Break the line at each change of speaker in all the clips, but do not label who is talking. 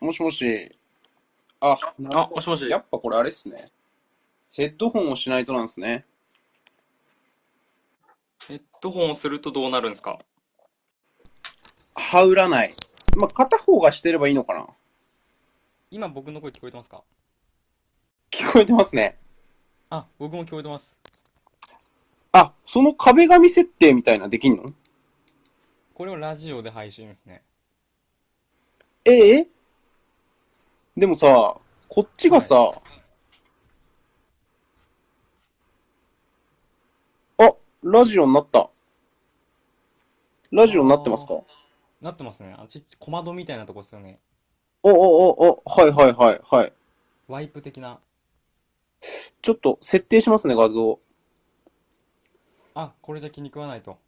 もしもし。あ、なるほ
あ、
ど
もしもし。
やっぱこれあれっすね。ヘッドホンをしないとなんですね。
ヘッドホンをするとどうなるんですか
はうらない。まあ、片方がしてればいいのかな。
今僕の声聞こえてますか
聞こえてますね。
あ、僕も聞こえてます。
あ、その壁紙設定みたいなできんの
これはラジオで配信ですね。
ええでもさ、こっちがさ、あ、ラジオになった。ラジオになってますか
あーなってますね。あのちっち小窓みたいなとこですよね。
おおおお、はいはいはいはい。
ワイプ的な。
ちょっと設定しますね、画像。
あ、これじゃ気に食わないと。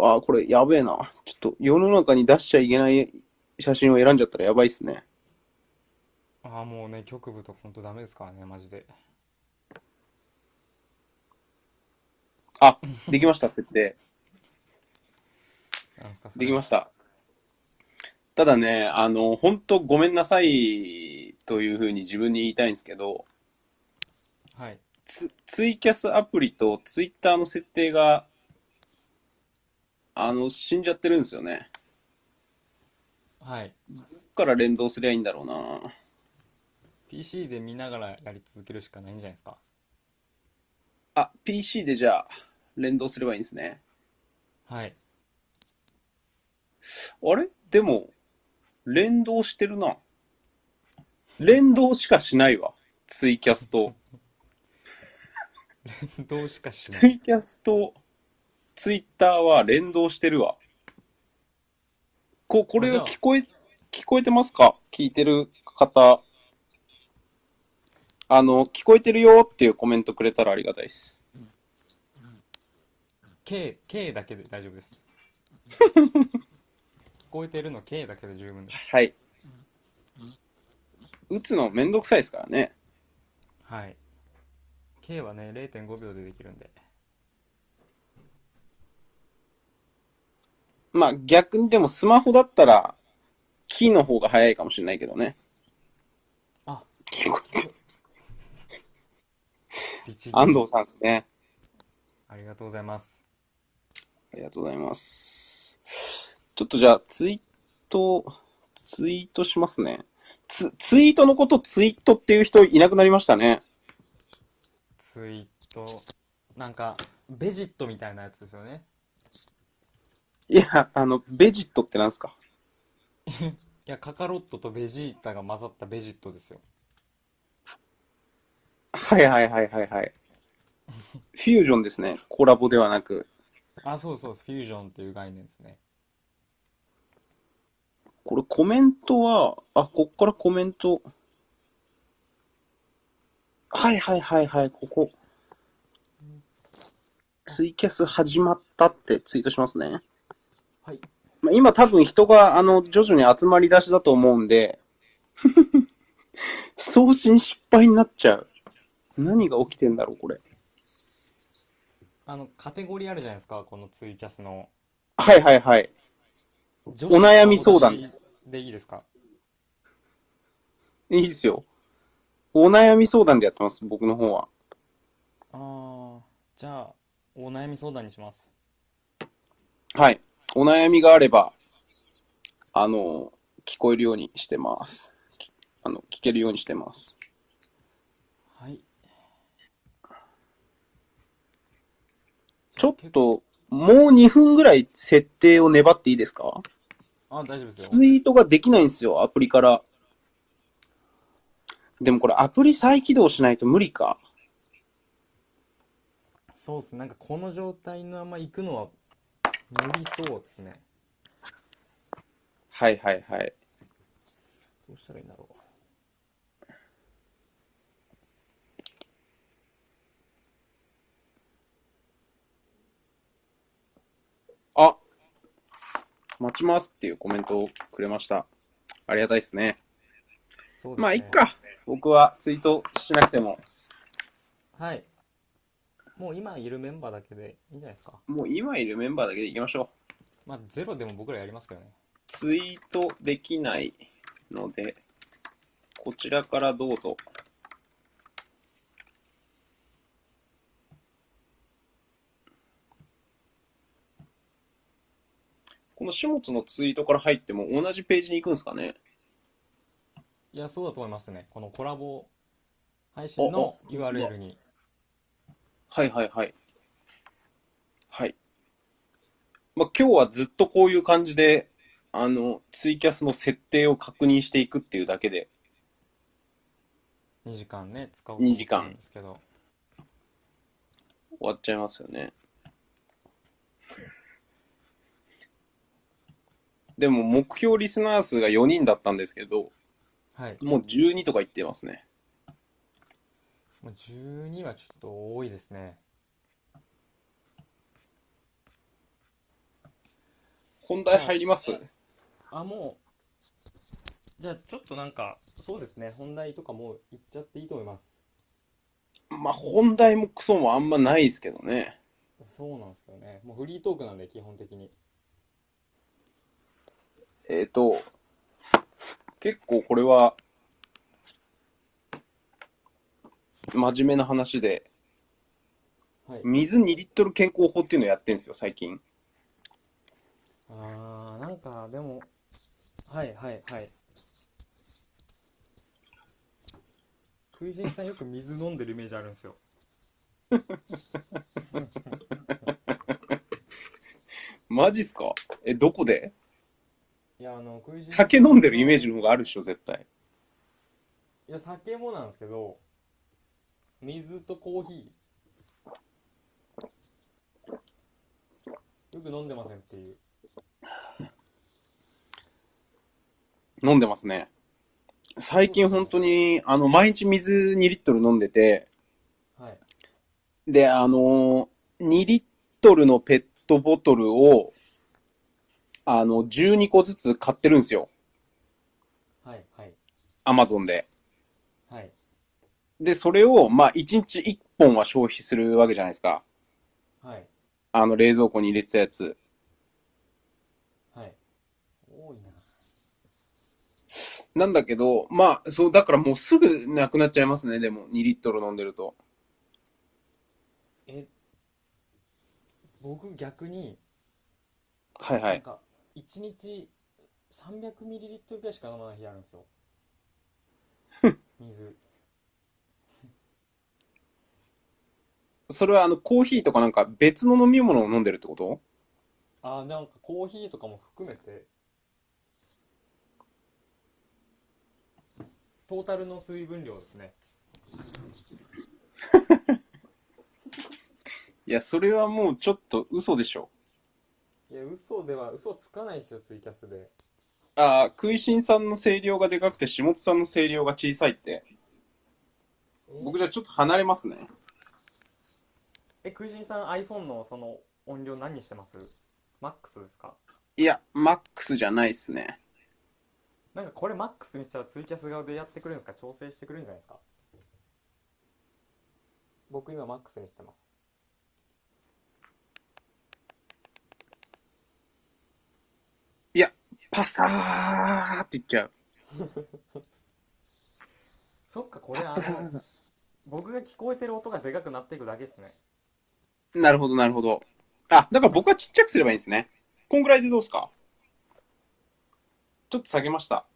あー、これやべえな。ちょっと世の中に出しちゃいけない写真を選んじゃったらやばいっすね。
あーもうね、局部とかほんとダメですからね、マジで。
あ、できました、設定。
なんすか、そ
で
れ
きました。ただね、あの、本当ごめんなさいというふうに自分に言いたいんですけど、
はい。
ツ、ツイキャスアプリとツイッターの設定が、あの、死んじゃってるんですよね。
はい。
どっから連動すりゃいいんだろうな。
PC で見ながらやり続けるしかないんじゃないですか。
あ、PC でじゃあ、連動すればいいんですね。
はい。
あれでも、連動してるな。連動しかしないわ。ツイキャスと。
どうしかし な
ツ
い。
イキャスとツイッターは連動してるわ。こ、これ
あじゃあ
聞こえ、聞こえてますか聞いてる方。あの、聞こえてるよっていうコメントくれたらありがたいです。
K、K だけで大丈夫 です。聞こえてるの K だけで十分です。
はい。打つのめんどくさいですからね。
はい。K はね、0.5秒でできるんで。
まあ逆にでもスマホだったら、キーの方が早いかもしれないけどね。
あ、
聞こえ
律儀。
安藤さんですね。
ありがとうございます。
ありがとうございます。ちょっとじゃあ、ツイート、ツイートしますね。ツ、ツイートのことツイートっていう人いなくなりましたね。
ツイート、なんか、ベジットみたいなやつですよね。
いや、あの、ベジットってなんですか
いや、カカロットとベジータが混ざったベジットですよ。
はいはいはいはいはい。フュージョンですね。コラボではなく。
あ、そうそう、フュージョンっていう概念ですね。
これコメントは、あ、こっからコメント。はいはいはいはい、ここ。ツイキャス始まったってツイートしますね。
はい。
まあ、今多分人があの徐々に集まり出しだと思うん で、送信失敗になっちゃう。何が起きてんだろう、これ。
あの、カテゴリーあるじゃないですか、このツイキャスの。
はいはいはい。
女
お悩み相談です。
でいいですか
いいですよ。お悩み相談でやってます、僕の方は。
あー、じゃあ、お悩み相談にします。
はい。お悩みがあれば、あの、聞こえるようにしてます。きあの、聞けるようにしてます。
はい。
ちょっと、もう2分ぐらい設定を粘っていいですか
あ、大丈夫ですよ。
ツイートができないんですよ、アプリから。でもこれアプリ再起動しないと無理か。
そうっすね、なんかこの状態のまま行くのは無理そうですね。
はいはいはい。
どうしたらいいんだろう。
あ、待ちますっていうコメントをくれました。ありがたいですね。
そうです
まあ、いっ
ね。
か。僕はツイートしなくても。
はい。もう今いるメンバーだけでいいんじゃないですか。
もう今いるメンバーだけでいきましょ
まあゼロでも僕らやりますからね
ツイートできないので、こちらからどうぞ。この始末のツイートから入っても同じページに行くんですかね
いやそうだと思いますねこのコラボ配信の URL に
はいはいはい。はい。まあ、今日はずっとこういう感じで、あの、ツイキャスの設定を確認していくっていうだけで、
2時間ね使おうと
2
思
時間
ってるんですけど
終わっちゃいますよね。 でも目標リスナー数が4人だったんですけど、
はい
もう12とか言ってますね。
もう12はちょっと多いですね
本題入ります
あもうじゃあちょっとなんかそうですね本題とかもういっちゃっていいと思います
まあ本題もクソもあんまないですけどね。
そうなんですけどねもうフリートークなんで基本的に
えっ、と、結構これは、真面目な話で、
はい
水2リットル健康法っていうのをやってんですよ、最近。
あーなんかでもはいはいはいクイジンさんよく水飲んでるイメージあるんですよ
マジっすかえ、どこで
いやあのクイジンさん
酒飲んでるイメージの方があるでしょ、絶対。
いや酒もなんですけど水とコーヒーよく飲んでませんっていう
飲んでますね。最近本当に、あの、毎日水2リットル飲んでて、
はい
で、あのー、2リットルのペットボトルを、あの、12個ずつ買ってるんですよ、
はいはい
アマゾンで。
はい
で、それを、まあ、1日1本は消費するわけじゃないですか。
はい
あの、冷蔵庫に入れてたやつ。
はい多いな
なんだけど、まあ、そう、だからもうすぐなくなっちゃいますね、でも、2リットル飲んでると。
え僕逆に
はいは
なん
い。
か1日300ミリリットルぐらいしか飲まない日あるん ですよ水
それは、あの、コーヒーとかなんか別の飲み物を飲んでるってこと
あーなんかコーヒーとかも含めてトータルの水分量ですね
いや、それはもうちょっと嘘でしょ。
いや嘘では嘘つかないですよツイキャスで
ああ、食いしんさんの声量がでかくて、下津さんの声量が小さいって。僕じゃあちょっと離れますね。
えクイジンさん iPhone のその音量何にしてますマックスですか
いや、マックスじゃないっすね。
なんかこれマックスにしたらツイキャス側でやってくれるんですか調整してくれるんじゃないですか僕今マックスにしてます
パサーって言っちゃう。
そっかこれあの僕が聞こえてる音がでかくなっていくだけですね
なるほど、なるほど。あ、だから僕はちっちゃくすればいいんですね。こんぐらいでどうですかちょっと下げました。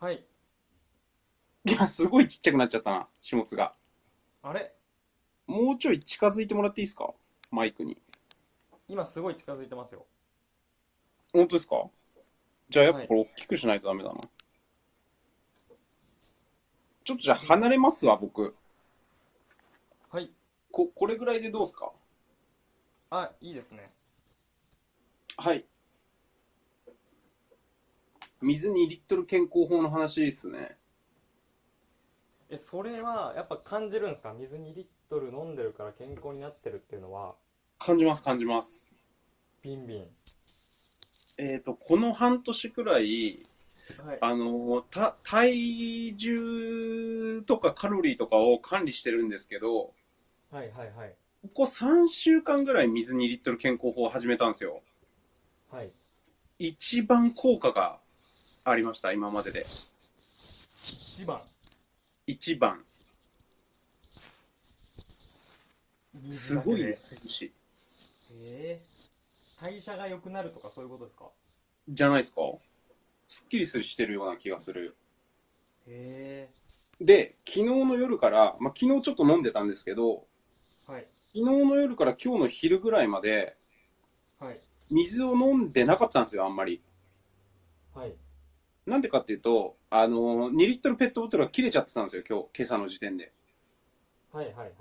はい
いや、すごいちっちゃくなっちゃったな、下津が。
あれ
もうちょい近づいてもらっていいですかマイクに。
今すごい近づいてますよ
本当ですかじゃあやっぱこれ大きくしないとダメだな。ちょっとじゃあ離れますわ、僕。
はい
こ、これぐらいでどうですか
あいいですね
はい。水2リットル健康法の話ですね。
えそれはやっぱ感じるんですか水2リットル飲んでるから健康になってるっていうのは
感じます、感じます。
ビンビン
えっ、と、この半年くらい、
はい
あのた、体重とかカロリーとかを管理してるんですけど、
はいはいはい
ここ3週間ぐらい水2リットル健康法を始めたんですよ。
はい
一番効果がありました、今までで。
1番
一番。す
水だけ
ごい
で
ね、し。
えー、代謝が良くなるとかそういうことですか
じゃないですかすっきりするしてるような気がする。
へ
で、昨日の夜から、まあ、昨日ちょっと飲んでたんですけど、
えはい
昨日の夜から今日の昼ぐらいまで、
はい
水を飲んでなかったんですよ、あんまり。
はい
なんでかっていうと、あの、2リットルペットボトルが切れちゃってたんですよ、今日、今朝の時点で。
はいはいはい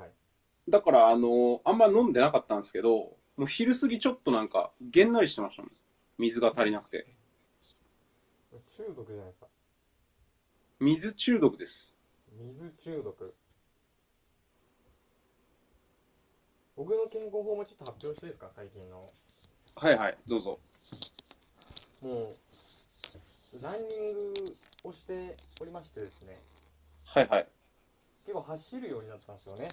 だから、あの、あんま飲んでなかったんですけど、もう昼過ぎちょっとなんか、げんなりしてましたもん。水が足りなくて。
中毒じゃないですか
水中毒です。
水中毒僕の健康法もちょっと発表していいですか最近の
はいはい、どうぞ。
もうランニングをしておりましてですね
はいはい。
結構走るようになったんですよね、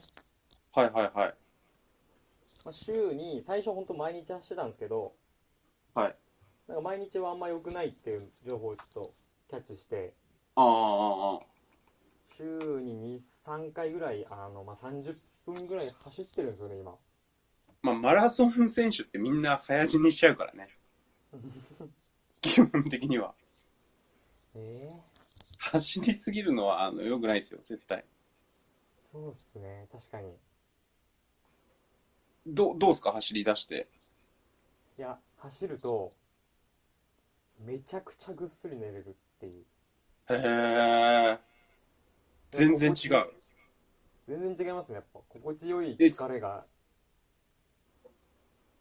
はいはいはい。
まあ、週に最初本当毎日走ってたんですけど
はい
なんか毎日はあんま良くないっていう情報をちょっとキャッチして
ああ、ああ、
週に23回ぐらいあの、まあ、30分ぐらい走ってるんですよね今
まあ、マラソン選手ってみんな早死にしちゃう からね。基本的には。
ええ
走りすぎるのは、あの、良くないですよ、絶対。
そうっすね確かに
どう、どうすか、走り出して。
いや走るとめちゃくちゃぐっすり寝れるっていう
へえ。全然違う。
全然違いますねやっぱ心地よい
え
疲れが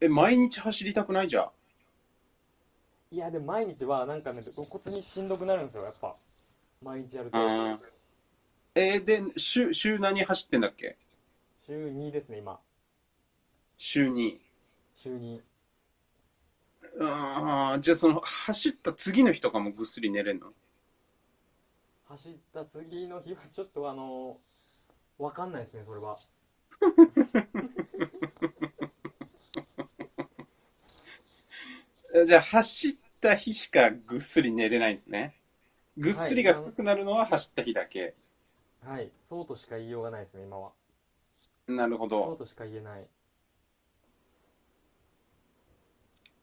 え、毎日走りたくないじゃん。
いやでも毎日はなんかね露骨にしんどくなるんですよやっぱ毎日やると
うんえーで、週、週何走ってんだっけ
週2ですね今
週に。
週2
ああ、じゃあその、走った次の日とかもぐっすり寝れんの
走った次の日はちょっとあのわかんないですねそれは
えじゃあ、走った日しかぐっすり寝れないんですね。ぐっすりが深くなるのは走った日だけ。
はいそうとしか言いようがないですね今は
なるほ
そう
ど。
としか言えない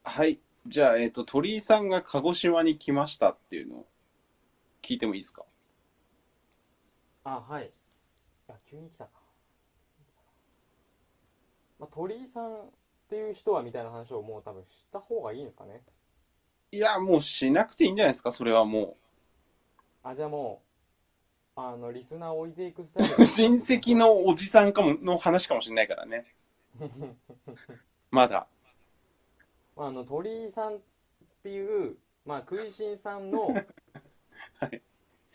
はい。じゃあ、えっ、と、鳥居さんが鹿児島に来ましたっていうのを聞いてもいいですか
あはいいや急に来たな、まあ、鳥居さんっていう人はみたいな話をもう多分した方がいいんですかね
いや、もうしなくていいんじゃないですかそれはも
あじゃあもうあのリスナーを置いていくスタイル
う。
で
親戚のおじさんかも、の話かもしれないからね。まだ。
まあ、あの鳥居さんっていう、まあ、食いしんさんの
はい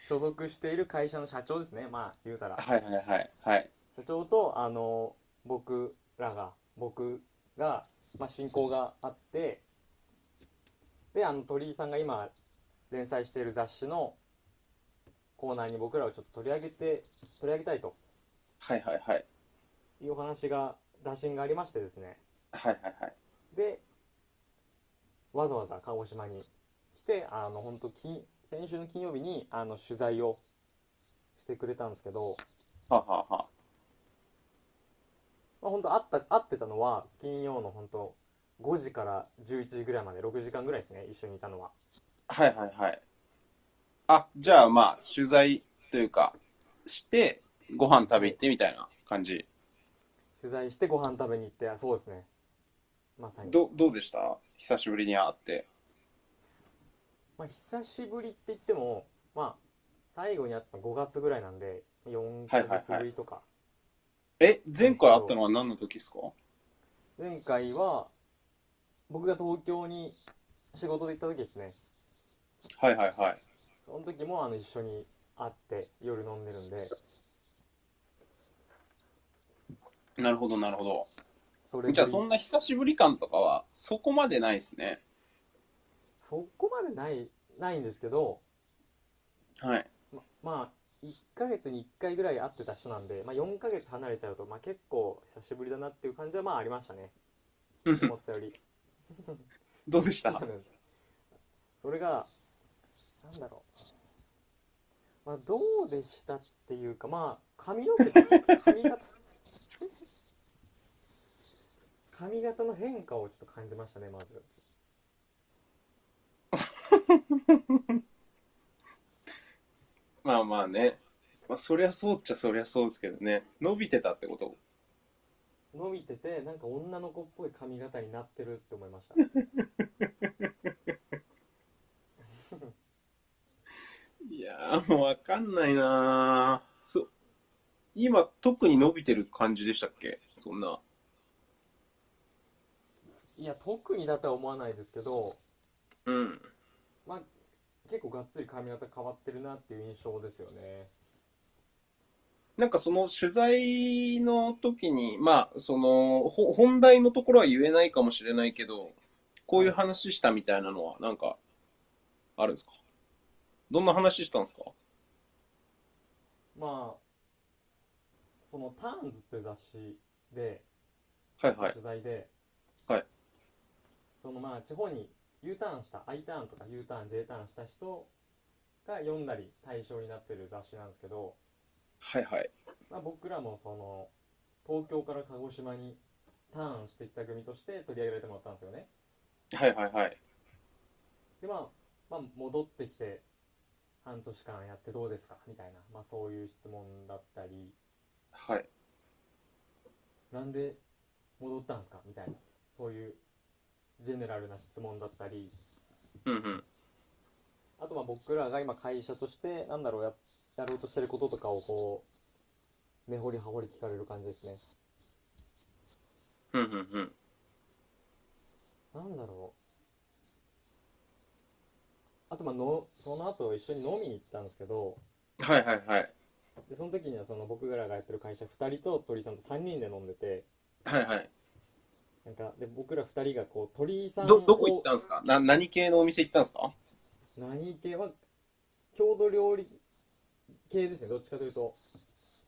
所属している会社の社長ですねまあ言うたら
はいはいはい。はい。
社長とあの僕らが僕が、まあ、親交があってであの鳥居さんが今連載している雑誌のコーナーに僕らをちょっと取り上げて取り上げたいと
はいはいはい。
いうお話が打診がありましてですね
はいはいはい。
でわざわざ鹿児島に来てあの本当き先週の金曜日にあの取材をしてくれたんですけど、
はあはあはあ。
まあ、本当会った会ってたのは金曜の本当5時から11時ぐらいまで6時間ぐらいですね一緒にいたのは
はいはいはい。あ、じゃあまあ、取材というか、して、ご飯食べ行ってみたいな感じ。
取材してご飯食べに行ってあそうですねまさに、
ど、どうでした久しぶりに会って。
まあ、久しぶりって言ってもまあ最後に会ったの5月ぐらいなんで4ヶ月ぶりとか、
え、前回会ったのは何の時ですか
前回は僕が東京に仕事で行った時ですね
はいはいはい。
その時もあの一緒に会って夜飲んでるんで
なるほどなるほど。
それ
じゃあ
ぶり
そんな久しぶり感とかは、そこまでないですね。
そこまでないないんですけど
はい。
ま、まあ1ヶ月に1回ぐらい会ってた人なんで、まあ、4ヶ月離れちゃうと、まあ、結構久しぶりだなっていう感じはまあありましたね思ってたより
どうでした
多分それがなんだろう、まあ、どうでしたっていうかまあ髪の毛と髪型 髪型の変化をちょっと感じましたねまず
まあまあね。まあそりゃそうっちゃそりゃそうですけどね。伸びてたってこと
伸びててなんか女の子っぽい髪型になってるって思いました
いやー、もうわかんないなーそう。今、特に伸びてる感じでしたっけそんな。
いや特にだとは思わないですけど
うん。
まあ結構がっつり髪型変わってるなっていう印象ですよね
なんかその取材の時に、まあ、その、ほ本題のところは言えないかもしれないけど、こういう話したみたいなのは、なんか、あるんですかどんな話したんですか
まあその「ターンズっていう雑誌で
はいはい。
取材で、
はい
そのまあ地方に U ターンした I ターンとか U ターン J ターンした人が読んだり対象になってる雑誌なんですけど、
はいはい。
まあ、僕らもその東京から鹿児島にターンしてきた組として取り上げられてもらったんですよね
はいはいはい。
でまあ、まあ、戻ってきて半年間やってどうですかみたいな、まあ、そういう質問だったり
はい。
なんで戻ったんですかみたいなそういうジェネラルな質問だったり
うんうん。
あとまあ僕らが今会社としてなんだろうややろうとしてることとかをこう根掘り葉掘り聞かれる感じですね
うんうんうん。
なんだろうあとまあのその後一緒に飲みに行ったんですけど
はいはいはい。
でその時にはその僕らがやってる会社2人と鳥居さんと3人で飲んでて
はいはい。
なんかで僕ら2人がこう鳥居さん
ど、どこ行っ
を
たんですかな、何系のお店行ったんですか
何系は郷土料理系ですねどっちかというと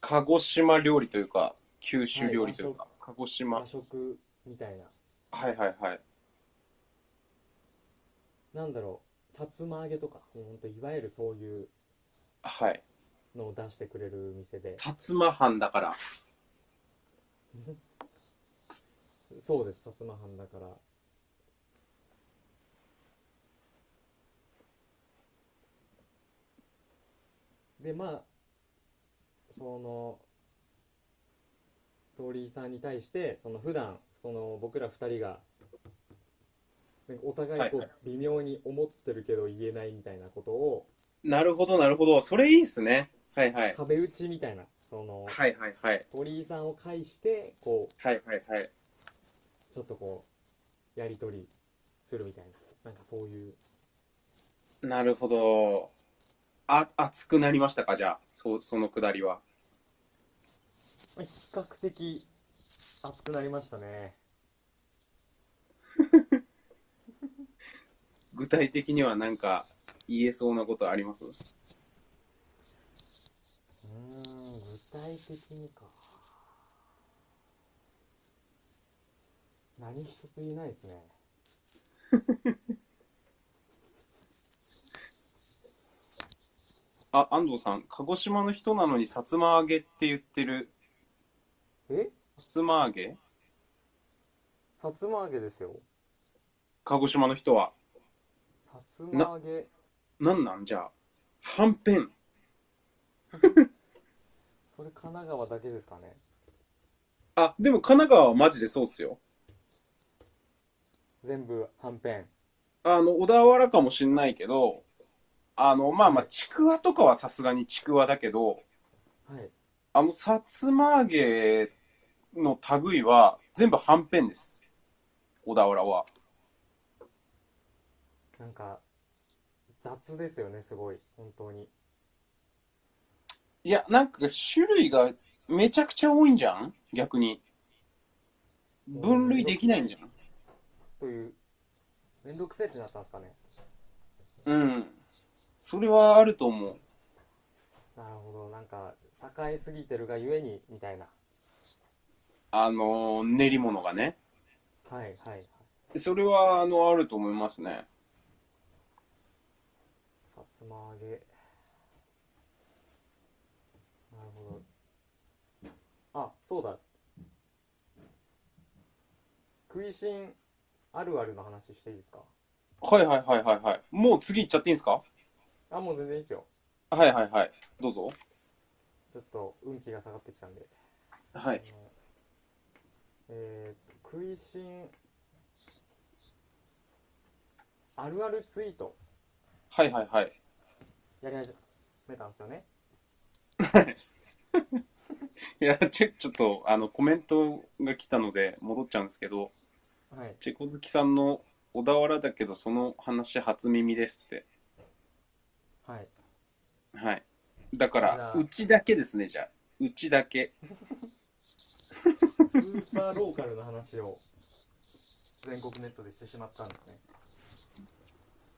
鹿児島料理というか、九州料理というか、鹿児島。
和食みたいな
はいはいはい。
なんだろうさつま揚げとかもうほんといわゆるそういう
はい。
のを出してくれる店で
薩摩藩だから。
そうです薩摩藩だからでまあその鳥居さんに対してその普段その僕ら2人がなんかお互いこ
はいう
微妙に思ってるけど言えないみたいなことを
なるほどなるほど。それいいっすね。はいはい。
壁打ちみたいなその
はいはいはい。
鳥居さんを介してこ
はいはいはい。
うちょっとこうやり取りするみたいななんかそういう
なるほど。あ、熱くなりましたかじゃあ、そそのくだりは。
まあ比較的熱くなりましたね
具体的にはなんか言えそうなことあります
うーん具体的にか何一つ言えないですね
あ、安藤さん、鹿児島の人なのにさつま揚げって言ってる。
え
さつま揚げ
さつま揚げですよ
鹿児島の人は。
さつま揚げ
なんなんじゃあ。はんぺん。
それ神奈川だけですかね
あ、でも神奈川はマジでそうっすよ。
全部はんぺん
あの、小田原かもしんないけど、あの、まあまあ、ちくわとかはさすがにちくわだけど、
はい
あの、さつま揚げの類は全部はんぺんです。小田原は。
なんか雑ですよねすごい本当に
いや、なんか種類がめちゃくちゃ多いんじゃん逆に。分類できないんじゃん
という面倒くせえってなったんですかね
うん。それはあると思う。
なるほどなんか栄えすぎてるがゆえにみたいな
あの、練り物がね。
はいはいはい
それは、あの、あると思いますね。
さつま揚げなるほどあそうだ食いしんあるあるの話していいですか
はいはいはいはいはい。もう次行っちゃっていいんですか
あもう全然いいですよ
はいはいはい。どうぞ。
ちょっと運気が下がってきたんで
はい。
あのえー食いしんあるあるツイート
はいはいはい。
やり始めたんですよね
いや、ちょ、 ちょっと、あの、コメントが来たので、戻っちゃうんですけど、
はい
チェコ好きさんの小田原だけど、その話初耳ですって。
はい
はい。だか
じゃ
ら、
あ
うちだけですね、じゃあ。うちだけ。
スーパーローカルの話を全国ネットでしてしまったんですね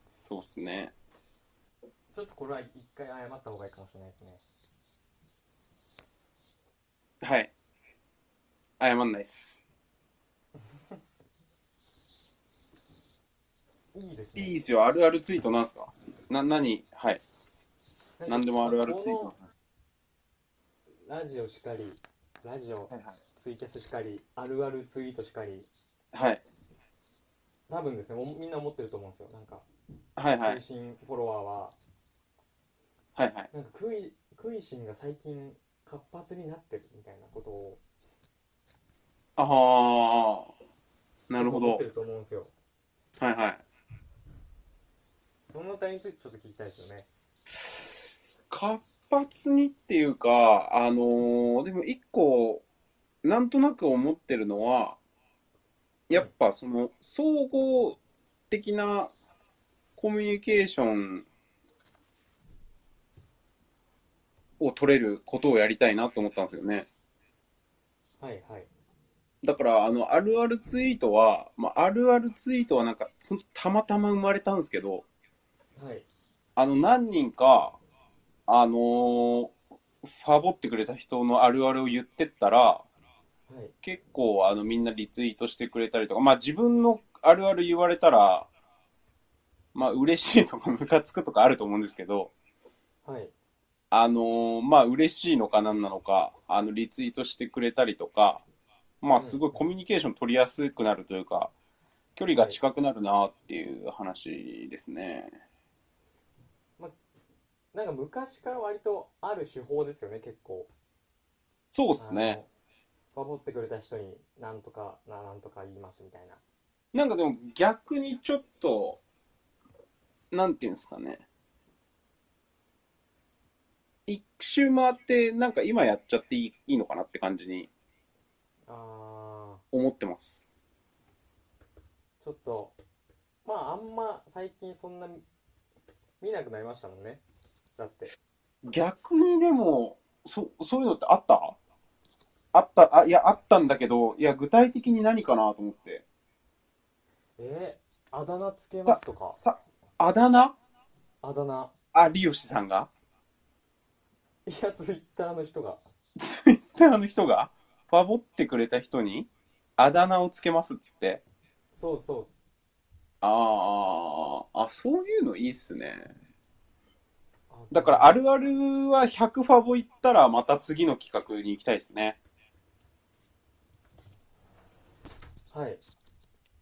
そうっすね。
ちょっとこれは一回謝った方がいいかもしれないですね
はい。謝んないっす。
いいですね
いいっすよ、あるあるツイートなんすかな、何はい。
なんか
何でもあるあるツイー
こ
ト。
のラジオしかりラジオ
はいはい。
ツイキャスしかりあるあるツイートしかり
はい。
多分ですねもうみんな思ってると思うんですよなんか
はいは
配
い。
信フォロワーは
はいはい。
なんかクイクイシンが最近活発になってるみたいなことを
あはー。なるほ
思
ど
って。ると思うんですよ
はいはい。
そのあたりについてちょっと聞きたいですよね
活発にっていうか、あのーでも一個、なんとなく思ってるのは、やっぱその、総合的なコミュニケーションを取れることをやりたいなと思ったんですよね。
はいはい
だから、あの、あるあるツイートは、まあ、あるあるツイートはなんか、ほんとたまたま生まれたんですけど、
はい
あの、何人か、あのーファボってくれた人のあるあるを言ってったら、
はい
結構、あの、みんなリツイートしてくれたりとか、まあ、自分のあるある言われたら、まあ、嬉しいとか、ムカつくとかあると思うんですけど、
はい
あのーまあ、嬉しいのか何なのか、あの、リツイートしてくれたりとか、まあ、すごいコミュニケーション取りやすくなるというか、距離が近くなるなっていう話ですね。
なんか昔から割とある手法ですよね結構
そうで
です
ね。
守ってくれた人になんとかななんとか言いますみたいな
なんかでも逆にちょっと、なんていうんですかね。一周回って、なんか今やっちゃっていいいいのかなって感じに
あ
思ってます。
ーちょっとまああんま最近そんな見なくなりましたもんねだって
逆にでも、そそういうのってあったあった、あ、いや、あったんだけど、いや、具体的に何かなと思って。
えー、あだ名つけますとか
あだ名
あだ名
あ、有吉さんが
いやツイッターの人が
ツイッターの人が、ファボってくれた人に、あだ名をつけますっつって。
そうそうっす
ああ、あ、そういうのいいっすね。
あ
だから、あるあるは100ファボ行ったら、また次の企画に行きたいですね。
はい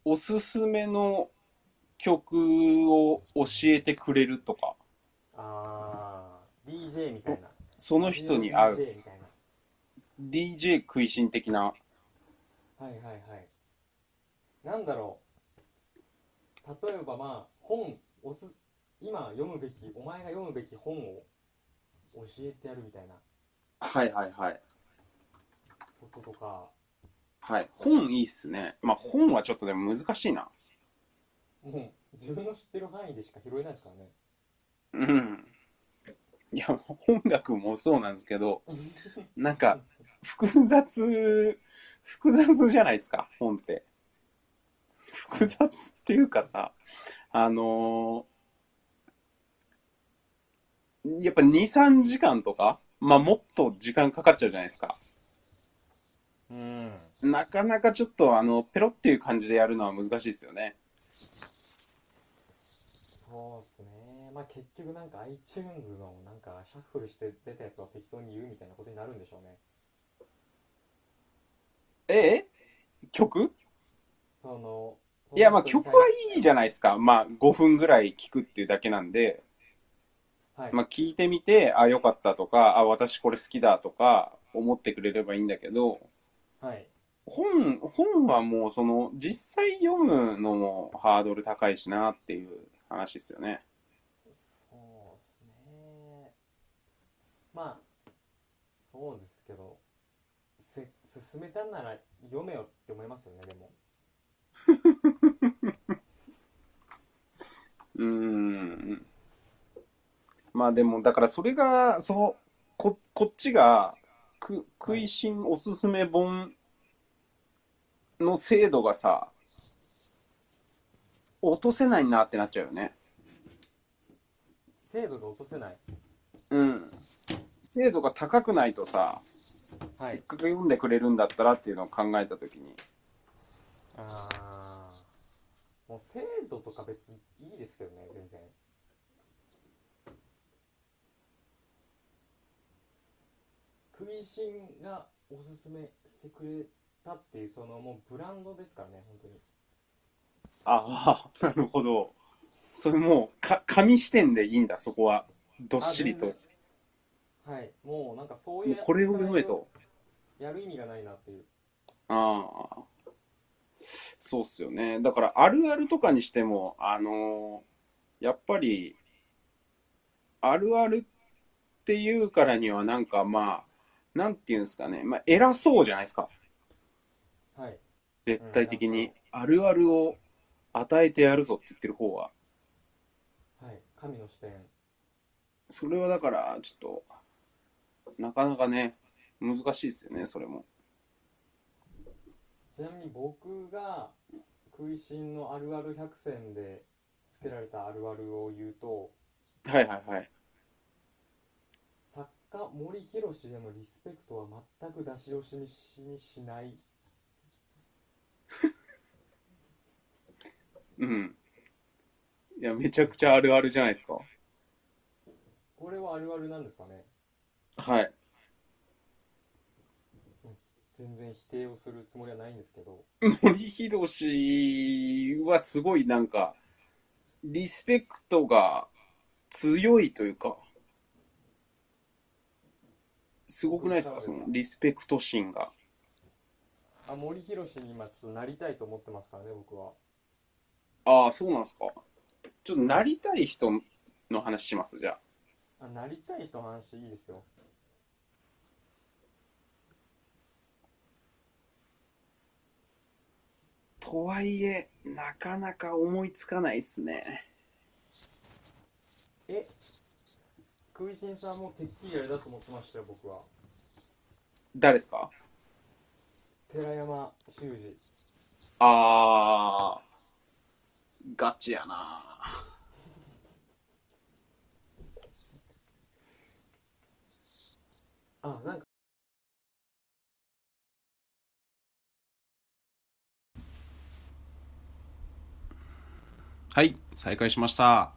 おすすめの曲を教えてくれるとか、
あー DJ みたいな
その人に合う、
DJ みたい
DJ 食いしん的な。
なはいはいはいなんだろう例えばまあ本おすす今読むべきお前が読むべき本を教えてやるみたいな
はいはいはい。
こととか
はい。本いいっすね。まあ本はちょっとでも難しいな。
もう自分の知ってる範囲でしか拾えないですからね
うん。いや、音楽もそうなんですけど、なんか、複雑、複雑じゃないですか、本って。複雑っていうかさ、あのーやっぱ2、3時間とか、まあもっと時間かかっちゃうじゃないですか。
うん
なかなかちょっとあの、ペロっていう感じでやるのは難しいですよね。
そうですねまあ結局なんか iTunes のなんかシャッフルして出たやつは適当に言うみたいなことになるんでしょうね
ええ曲
その
いや、まあ
その
曲
人に対
は
し
いいじゃないですか。まあ5分ぐらい聞くっていうだけなんで、
はい、
まあ聞いてみて、あ、良かったとか、あ、私これ好きだとか思ってくれればいいんだけど、
はい
本、本はもうその、実際読むのもハードル高いしなっていう話ですよね。
そうですね。まあ、そうですけど、せ進めたんなら読めよって思いますよね、でも。
うーん。まあでも、だからそれが、そう、こ、こっちが、く、食いしんおすすめ本の精度がさ、落とせないなってなっちゃうよね。
精度が落とせない。
うん。精度が高くないとさ、
は
せっ
い。
かく読んでくれるんだったらっていうのを考えたときに、
ああ。もう精度とか別にいいですけどね、全然。食いしんがおすすめしてくれたっていう、そのもうブランドですからね、本当に。
ああ、なるほど。それもう、か、紙視点でいいんだ、そこは。どっしりと。
あ
も
全然はいもうなんかそういう
うこれを読めと。
やる意味がないなっていう
ああ。そうっすよね。だから、あるあるとかにしても、あのーやっぱり、あるあるっていうからには、なんかまあ、なんていうんですかね。まあ、偉そうじゃないですか。
はい
絶対的
うん偉
に
そ。
あるあるを与えてやるぞって言ってる方は。
はい神の視点
それはだから、ちょっと、なかなかね、難しいですよね、それも。
ちなみに僕が食いしんのあるある百選でつけられたあるあるを言うと
はいはいはい。
作家森博氏へのリスペクトは全く出し惜しみしにしない
うん。いや、めちゃくちゃあるあるじゃないですか。
これはあるあるなんですかね
はい。
うん全然否定をするつもりはないんですけど
森博氏はすごいなんか、リスペクトが強いというか、すごくないですか、そのリスペクト心が。
あ森博氏に今ちょっとなりたいと思ってますからね僕は
ああ、そうなんですか。ちょっとなりたい人の話します、じゃあ。
あなりたい人の話いいですよ
とはいえ、なかなか思いつかないっすね。
え食いしんさんもてっきりあれだと思ってましたよ僕は
誰ですか
寺山修司
あー、ガチやな。
あなんか
はい、再開しました。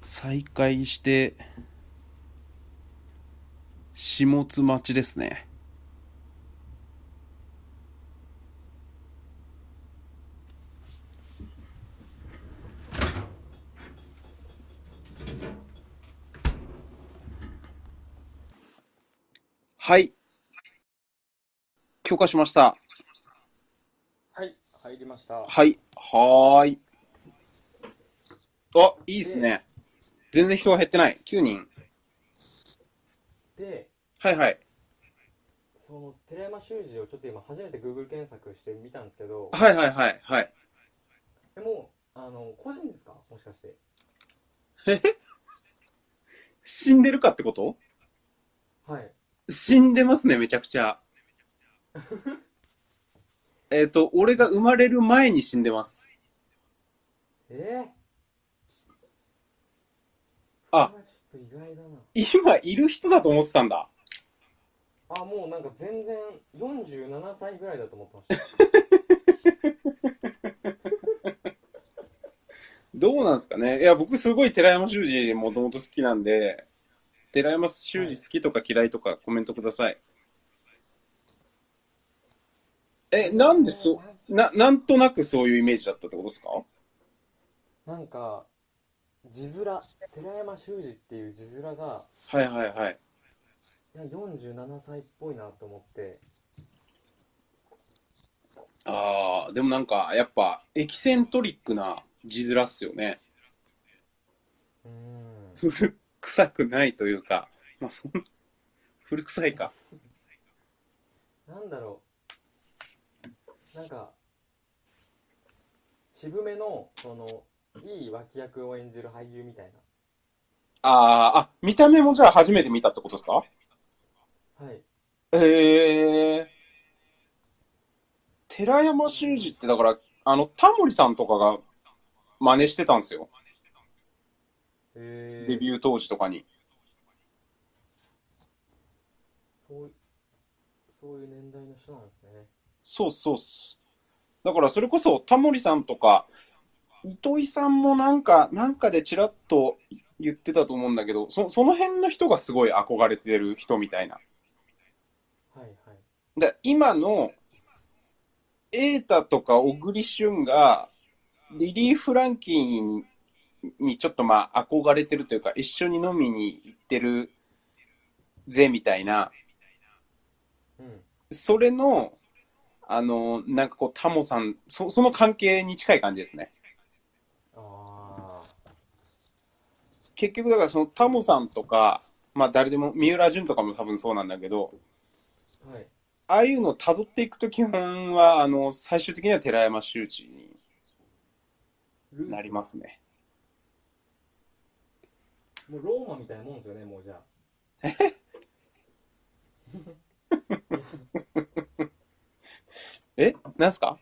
再開して、下津町ですね。はい。許可しました。
はい入りました
はい。はーい。あ、いいっすね。全然人が減ってない。9人。
で
はいはい。
その寺山修司をちょっと今初めて Google 検索してみたんですけど
はいはいはいはい。
でもあの個人ですかもしかして
死んでるかってこと
はい
死んでますね、めちゃくちゃ。えっ、と、俺が生まれる前に死んでます。
えー、
あ
それはちょっと意外だな
今いる人だと思ってたんだ。
あもうなんか全然47歳ぐらいだと思ってました
どうなんですかねいや、僕すごい寺山修司もともと好きなんで、寺山修司好きとか嫌いとかコメントください。え、なんでそ、な、なんとなくそういうイメージだったってことですか
なんか字面寺山修司っていう字面が
はいはいはい。
いや47歳っぽいなと思って
ああ、でもなんか、やっぱ、エキセントリックな字面っすよね。
うーん
古臭くないというか、まあ、そん古臭いか。
なんだろうなんか渋めのそのいい脇役を演じる俳優みたい
あーあ、見た目もじゃあ初めて見たってことですか
なはい
へえ。寺山修司ってだから、あの、タモリさんとかが真似してたんですよ。
えー、
デビュー当時とかに。
そういそういう年代の人なんですね
そうそうっす。だからそれこそタモリさんとか、糸井さんもなんか、なんかでちらっと言ってたと思うんだけど、そその辺の人がすごい憧れてる人みたいな。
はいはい
だ今の瑛太とか小栗旬がリリー・フランキーににちょっとまあ憧れてるというか一緒に飲みに行ってるぜみたいな
うん
それのあのなんかこうタモさんそその関係に近い感じですね
ああ
結局だからそのタモさんとかまあ誰でも三浦淳とかも多分そうなんだけど
はい
ああいうのを辿っていくと基本はあの最終的には寺山修司に
ル
なりますね
もうローマみたいなもんですよねもうじゃあ
えなんすか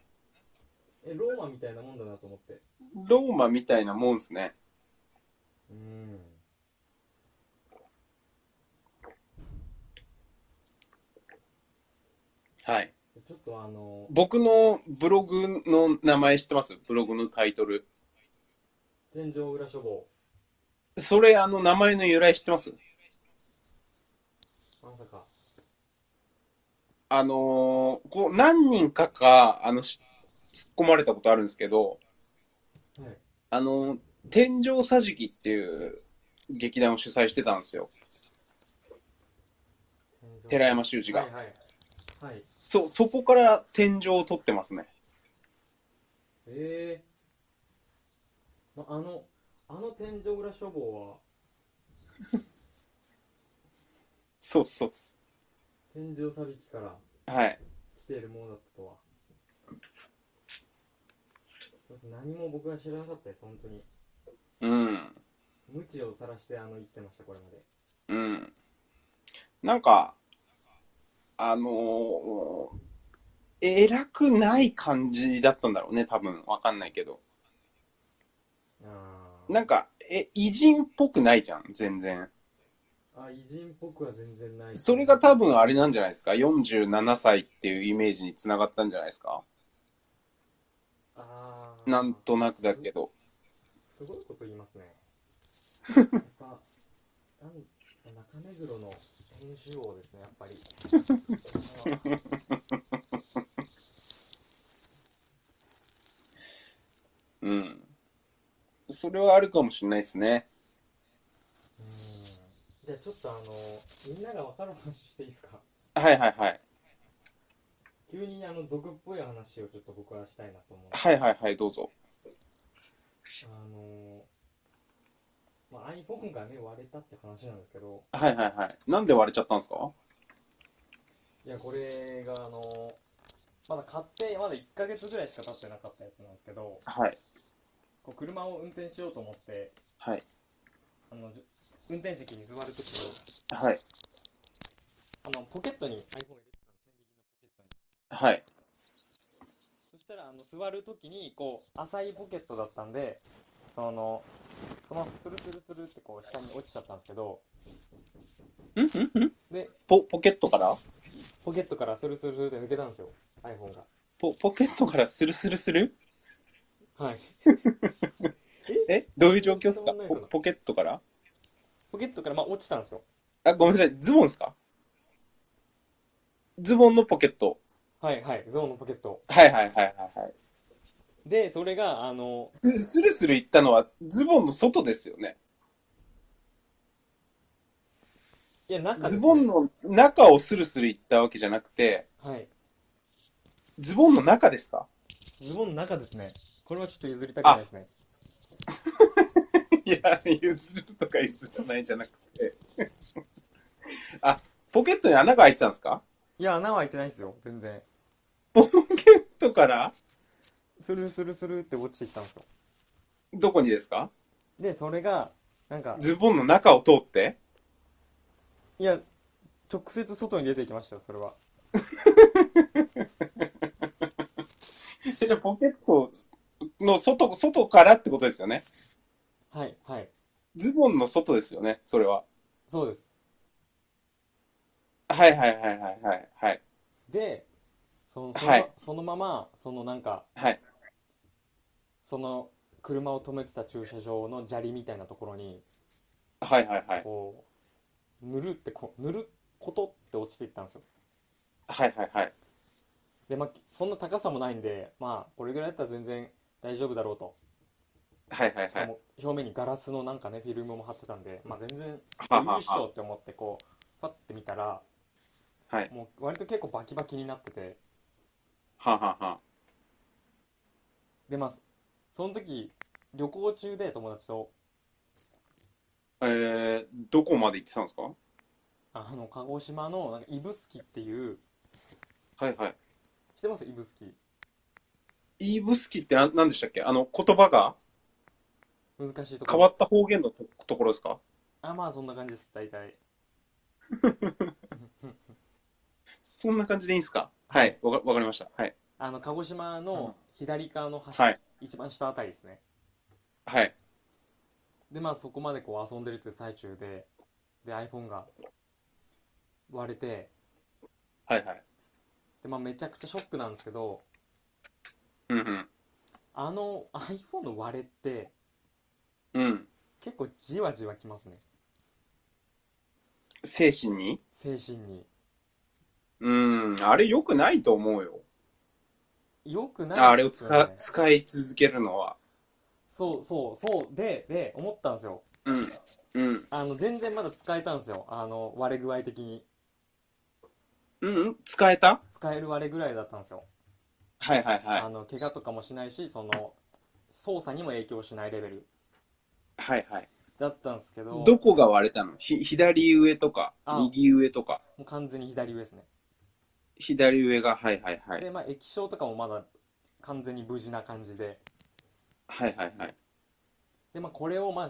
えローマみたいなもんだなと思って
ローマみたいなもんですね。
うん
はい。
ちょっとあの
僕のブログの名前知ってますブログのタイトル。
天井裏処方
それ、あの、名前の由来知ってます
まさか
あのーこう、何人かか、あの、し突っ込まれたことあるんですけど、
はい
あのー天井桟敷っていう劇団を主催してたんですよ。寺山修司が。
はいはいはい
そう、そこから天井を取ってますね。
ええまあのあの天井裏処方は
そうそうっす。
天井さびきから
はい。
来ているものだったとはそうです何も僕は知らなかったです本当に
うん。
無知をさらしてあの生きてましたこれまで
うん。なんか、あのー偉くない感じだったんだろうね、多分。わかんないけど。
ああ
なんか、え、偉人っぽくないじゃん、全然。
あ偉人っぽくは全然ない
それが多分あれなんじゃないですか。47歳っていうイメージにつながったんじゃないですか。
あー
なんとなくだけど。
すごいこと言い ますねやっぱなん中目黒の編集王ですねやっ ぱりあの
うん。それはあるかもしれないですね。
うんじゃあちょっとあのみんなが分かる話していいですか
はいはいはい。
急にあの俗っぽい話をちょっと僕はしたいなと思うんで
はいはいはい、どうぞ。
あの、まあ、iPhone がね割れたって話なんですけど
はいはいはい。なんで割れちゃったんですか
いやこれがあのまだ買ってまだ1ヶ月ぐらいしか経ってなかったやつなんですけど
はい。
こう車を運転しようと思って
はい。
あのじゅ運転席に座るときに
はい。
あのポケットに iPhone を入れてたんですね右のポケットに
はい。
したらあの座る時にこう浅いポケットだったんでそのそのスルスルスルってこう下に落ちちゃったんですけど
うんうんうん
で
ポポケットから
ポケットからスルスルスルって抜けたんですよ iPhone が
ポポケットからスルスルスル
はい
えどういう状況ですか
そんなこと
ポ
ない
ポケットから
ポケットからまあ落ちたんですよ
あ、ごめんなさい。ズボンですかズボンのポケット。
はいはいゾウのポケット
はいはいはいはいはい。
でそれがあの
ススルスルいったのはズボンの外ですよね。
いや中です
ズ
ね
ボンの中をスルスルいったわけじゃなくて、
はい
ズボンの中ですか
ズボンの中ですねこれはちょっと譲りたくないですね
いや、譲るとか譲らないじゃなくて。あ、ポケットに穴が開いてたんですか
いや穴は開いてないですよ全然
ポケットから
スルスルスルって落ちていったんですよ
どこにですか
でそれがなんか
ズボンの中を通って
いや直接外に出ていきましたよそれは
じゃあポケットの外、外からってことですよね。
はいはい
ズボンの外ですよね、それは。
そうです
はいはいはいはいはいはい。
でそのその,、
はい
そのままそのなんか
はい。
その車を止めてた駐車場の砂利みたいなところに
はいはいはい。
こうぬるってこうぬることって落ちていったんですよ
はいはいはい。
でまあそんな高さもないんでまあこれぐらいだったら全然大丈夫だろうと
はいはい
し
は
か
い。
も表面にガラスのなんかねフィルムも貼ってたんでまあ全然いい
はは
っしょ
は。
って思ってこうパッて見たら
はい。
もう割と結構バキバキになってて
ははは。
でまあその時旅行中で友達と
えー、どこまで行ってたんですかは
あの鹿児島のなんか指宿っていう
いはい。
知ってます指宿
イーブスキってな何でしたっけあの、言葉が
難しいとこ
変わった方言のとところですか
あまあそんな感じです大 体
そんな感じでいいんですかはい。わかわかりました。はい。
あの鹿児島の左側の端、
はい。
一番下あたりですね
はい。
でまあそこまでこう遊んでるっていう最中でで iPhone が割れて
はいはい。
でまあめちゃくちゃショックなんですけど
うんうん。
あの iPhone の割れって
うん。
結構じわじわきますね
精神に
精神に
うん。あれ良くないと思うよ。
よくないっすよね
ああれを使使い続けるのは。
そうそうそうでで思ったんですよ
うん。うん。
あの全然まだ使えたんですよあの割れ具合的に
うん、うん。使えた
使える割れぐらいだったんですよ、
はいはいはい
あ。の怪我とかもしないしその操作にも影響しないレベル
はいはい。
だったんですけど
どこが割れたのひ左上とか
あ
右上とか
もう完全に左上ですね、
左上がはいはいはい
でまあ液晶とかもまだ完全に無事な感じで
はいはいはい
でまあこれをまあ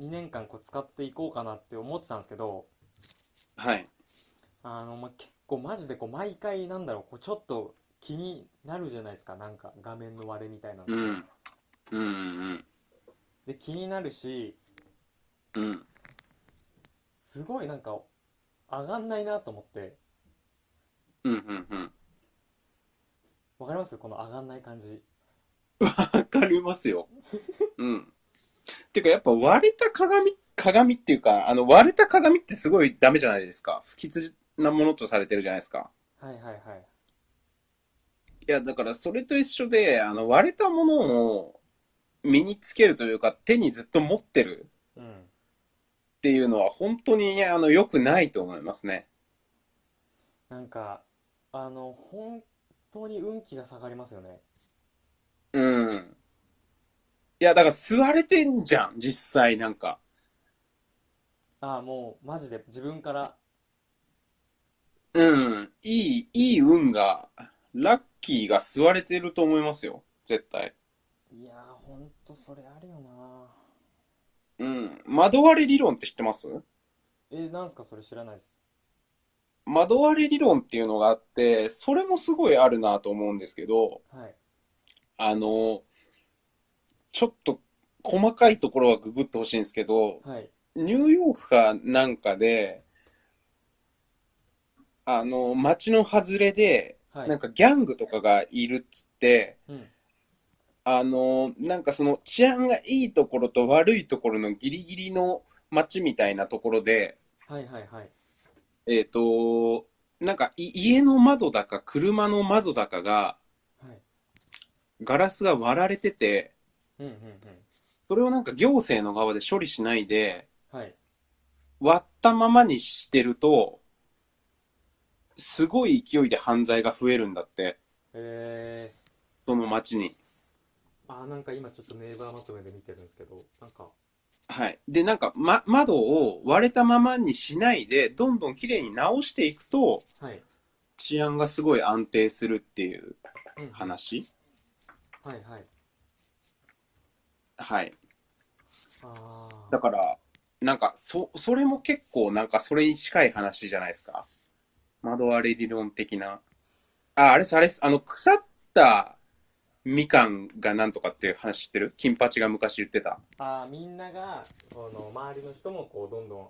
2年間こう使っていこうかなって思ってたんですけど
はい
あの、まあ、結構マジでこう毎回なんだろうこうちょっと気になるじゃないですかなんか画面の割れみたいな
う
の
んうんうん
で気になるし
うん
すごいなんか上がんないなと思って
うんうんうん
わかりますこの上がんない感じ
わかりますようんてかやっぱ割れた鏡鏡っていうかあの割れた鏡ってすごいダメじゃないですか不吉なものとされてるじゃないですか
はいはいはい
いやだからそれと一緒であの割れたものを身につけるというか手にずっと持ってる
うん
っていうのは本当にあの良くないと思いますね
なんかあの本当に運気が下がりますよね
うん。いや、だから吸われてんじゃん、実際なんか。
ああもうマジで自分から
うん。いい、いい運が、ラッキーが吸われてると思いますよ、絶対。
いやーほんとそれあるよな
うん。窓割れ理論って知ってます
えなんすかそれ知らないです
窓割れ理論っていうのがあって、それもすごいあるなと思うんですけど、
はい
あの、ちょっと細かいところはググってほしいんですけど、
はい
ニューヨークかなんかで、あの、街の外れで、
はい
なんかギャングとかがいるっつって、
うん
あの、なんかその治安がいいところと悪いところのギリギリの街みたいなところで、
はいはいはい
えっと、なんかい家の窓だか車の窓だかが
はい
ガラスが割られてて、
うんうんうん
それをなんか行政の側で処理しないで、
はい
割ったままにしてると、すごい勢いで犯罪が増えるんだって、
えー、
その街に。
あーなんか今ちょっとネイバーまとめで見てるんですけどなんか
はい。で、なんか、ま、窓を割れたままにしないで、どんどん綺麗に直していくと、
はい、
治安がすごい安定するっていう
うん、はい
話。
はい
はい。
あー
だから、なんか、そ、それも結構、なんか、それに近い話じゃないですか。窓割れ理論的な。あ、あれです、あれです。あの、腐ったみかんがなんとかっていう話知ってる金八が昔言ってた。
あーみんながその周りの人もこうどんどん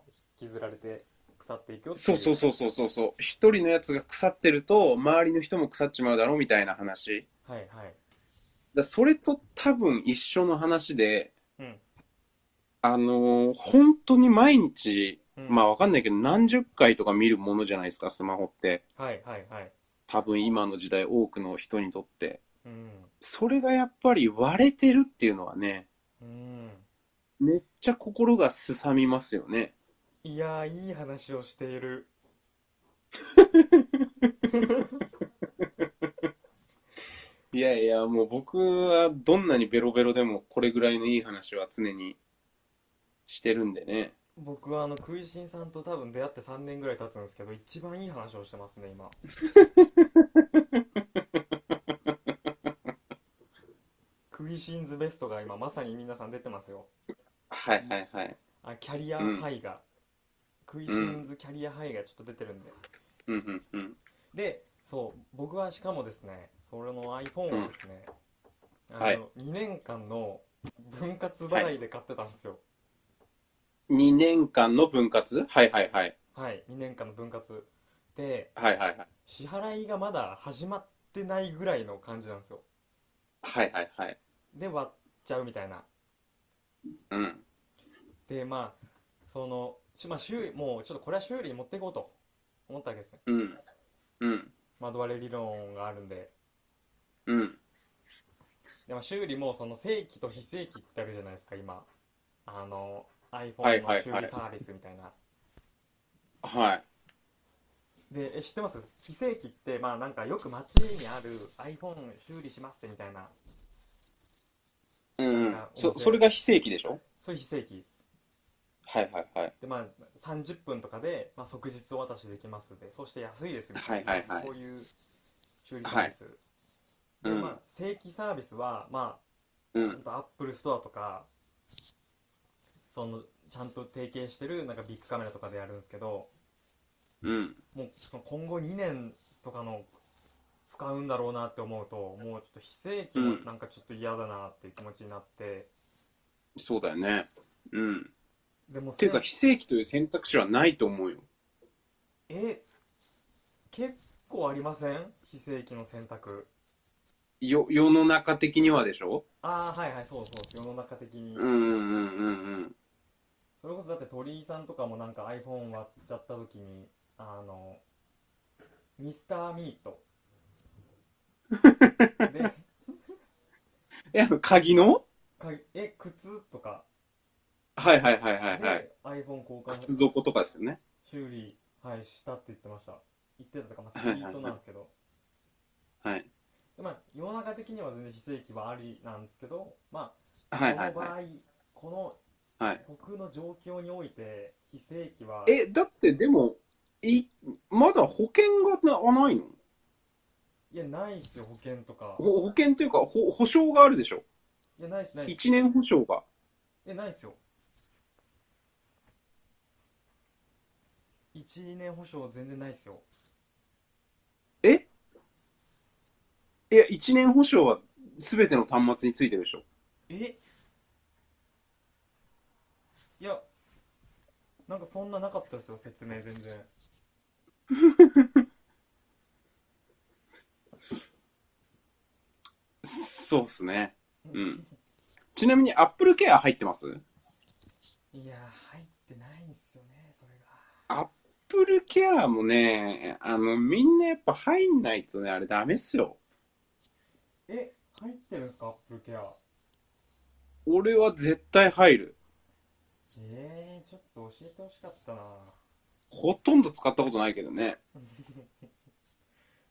引きずられて腐っていくよってい
そうそうそうそうそうそう。一人のやつが腐ってると、周りの人も腐っちまうだろうみたいな話。
はいはい
だそれと多分一緒の話で、
うん
あのー本当に毎日、
うん
まあわかんないけど、何十回とか見るものじゃないですか、スマホって。
はいはいはい
多分今の時代多くの人にとって。
うん
それがやっぱり割れてるっていうのはね、
うん
めっちゃ心がすさみますよね。
いやーいい話をしている
いやいや、もう僕はどんなにベロベロでもこれぐらいのいい話は常にしてるんでね。
僕はあの食いしんさんと多分出会って3年ぐらい経つんですけど一番いい話をしてます ね今食いしんズベストが今まさに皆さん出てますよ
はいはいはい。
あキャリア
うん
ハイが、クイ食いしんズキャリアハイがちょっと出てるんで
うんうんうん。
でそう僕はしかもですねそれの iPhone をですね、あの
はい
2年間の分割払いで買ってたんですよ
2年間の分割はいはいはい。
はい、2年間の分割で
はいはいはい。
支払いがまだ始まってないぐらいの感じなんですよ
はいはいはい。
で割っちゃうみたいな
うん。
でまあそのしまあ修理もうちょっとこれは修理に持っていこうと思ったわけですね
うん。うん。
窓割れ理論があるんで
うん。
で、まあ、修理もその正規と非正規ってあるじゃないですか今あの iPhone
はいはいはい
の修理サービスみたいな、
はい。
でえ知ってます非正規ってまあなんかよく街にある iPhone 修理しますみたいな
うん
あ。面
そ、
白い
それが非正規でしょ
そういう非正規です
はいはいはい。
でまあ、30分とかで、まあ、即日お渡しできますのでそして安いですみ
はいはいはい
そういう修理サービス、
う
で
ん
まあ、正規サービスは、ま
う
あ、
ん。
アップルストアとかそのちゃんと提携してるなんかビッグカメラとかでやるんですけど
うん。
もうその今後2年とかの使うんだろうなって思うともうちょっと非正規も
うん
なんかちょっと嫌だなっていう気持ちになって、
そうだよね。うん。
でも
っていうか、
せ
非正規という選択肢はないと思うよ。
え結構ありません非正規の選択
よ、世の中的にはでしょ
ああはいはいそうそう世の中的に、
うんうんうんうんうん。
それこそだって鳥居さんとかもなんか iPhone 割っちゃった時にあのミスターミ ートで
え、あの、鍵の
かえ靴とか
はいはいはいはいはい。
で iPhone 交
靴
換
底とかですよね。
修理、はい、したって言ってました言ってたとか、まあ、
は
ツイ
いはい
ートなんですけど、
はい。
でまあ、世の中的には全然非正規はありなんですけどまあ、
はいはい
この場合
は
この
い。はい。
僕の状況において非正規は
え、だってでも、い、まだ保険がな、ないの
いやないっすよ保険とか
ほ保険というか、ほ、保証があるでしょ
いやないっすないっす
一年保証が。
えないっすよ1年保証全然ないですよ
えいや、1年保証は全ての端末についてるでしょ。
えいやなんかそんななかったですよ説明全然
そうっすね。うん。ちなみに Apple Care 入ってます
いや入ってないんですよねそれが
?Apple Care もね、あの、みんなやっぱ入んないとね、あれダメっすよ。
え入ってるんですかアップルケア
俺は絶対入る。
えー、ちょっと教えてほしかったな、
ほとんど使ったことないけどね。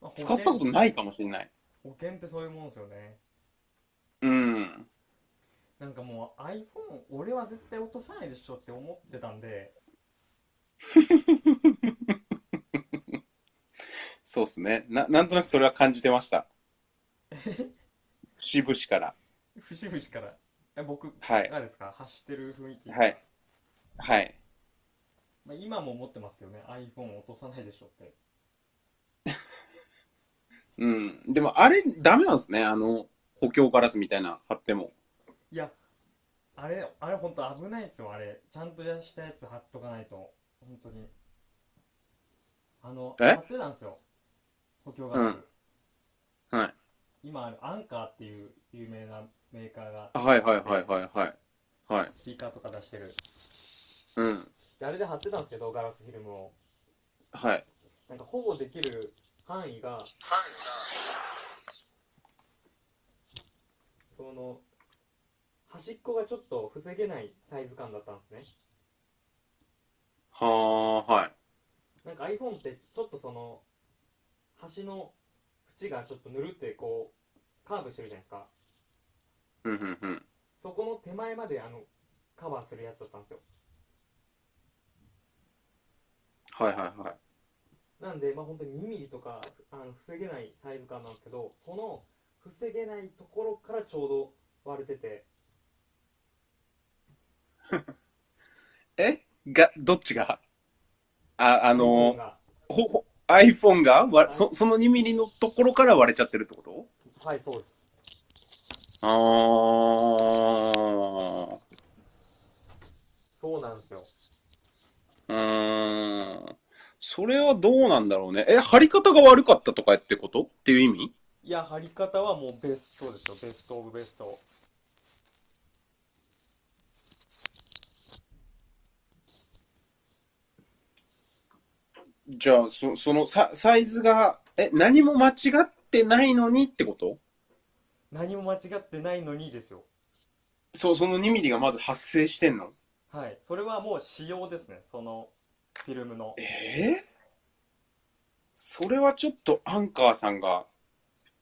まあ、
使ったことないかもしれない。
保険ってそういうもんですよね
うん。
なんかもう iPhone 俺は絶対落とさないでしょって思ってたんで
そうっすね。な、なんとなくそれは感じてました。節々から。
節々からえ僕
はい
がですか発してる雰囲気
はいはい。
まあ、今も思ってますけどね iPhone 落とさないでしょって
うん。でも、あれ、ダメなんですね。あの、補強ガラスみたいな貼っても。
いやあれあれ本当危ないですよあれちゃんとしたやつ貼っとかないと本当にあの
え
貼ってたんですよ補強ガラス、
うんはい。
今あるアンカーっていう有名なメーカーが
はいはいはいはいはい。はい。
スピーカーとか出してる
うん。
であれで貼ってたんですけどガラスフィルムを
はい。
なんか保護できる範囲がその端っこがちょっと防げないサイズ感だったんですね
はあ、はい。
なんか iPhone ってちょっとその端の縁がちょっとぬるってこうカーブしてるじゃないですか
うんうんうん。
そこの手前まであのカバーするやつだったんですよ
はいはいはい。
なんでまあ本当に2ミリとかあの防げないサイズ感なんですけどその防げないところからちょうど割れてて
えが、どっちがあ、あ
iPhone
の、
が
ほ、ほ、iPhone がわそその2ミリのところから割れちゃってるってこと
はいそうです
あー。
そうなんですよ
うーん。それはどうなんだろうね。え、貼り方が悪かったとかってことっていう意味
いや貼り方はもうベストですよベストオブベスト
じゃあ、そ、そのサ、サイズが、え、何も間違ってないのにってこと
何も間違ってないのにですよ
そう、その2ミリがまず発生してんの
はいそれはもう仕様ですねそのフィルムの
えーそれはちょっとアンカーさんが、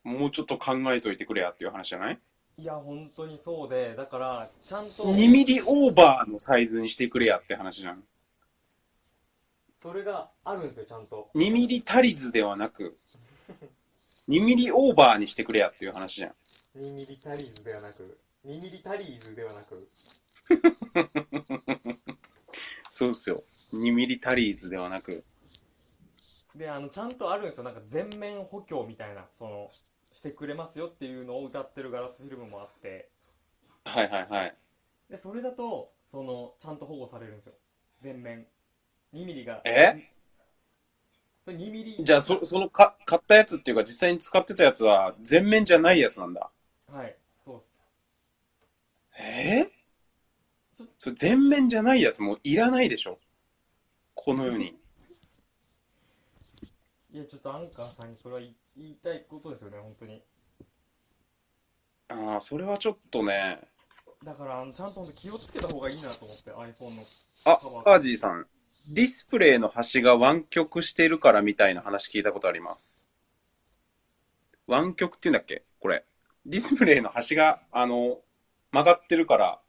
もうちょっと考えといてくれやっていう話じゃない
いや本当にそうでだからちゃんと
?2 ミリオーバーのサイズにしてくれやって話じゃん。
それがあるんですよちゃんと
2ミリ足りずではなく、2ミリオーバーにしてくれやっていう話じゃん。
2ミリタリーズではなく2ミリタリーズではなく
そうですよ。2ミリタリーズではなく。
であのちゃんとあるんですよなんか全面補強みたいなそのしてくれますよっていうのを歌ってるガラスフィルムもあって
はいはいはい。
でそれだとそのちゃんと保護されるんですよ全面2ミリが
え
それ2ミリ
じゃあそ、そのか買ったやつっていうか、実際に使ってたやつは、全面じゃないやつなんだ。
はいそうっす
え
そ
それ全面じゃないやつもういらないでしょ。この世に。
いやちょっとアンカーさんにそれは言い言いたいことですよね本当に
ああ、それはちょっとね。
だからあのちゃんと本当気をつけた方がいいなと思って iPhone の
あ、カージーさん。ディスプレイの端が湾曲してるからみたいな話聞いたことあります。湾曲って言うんだっけこれ。ディスプレイの端が、あの、曲がってるから、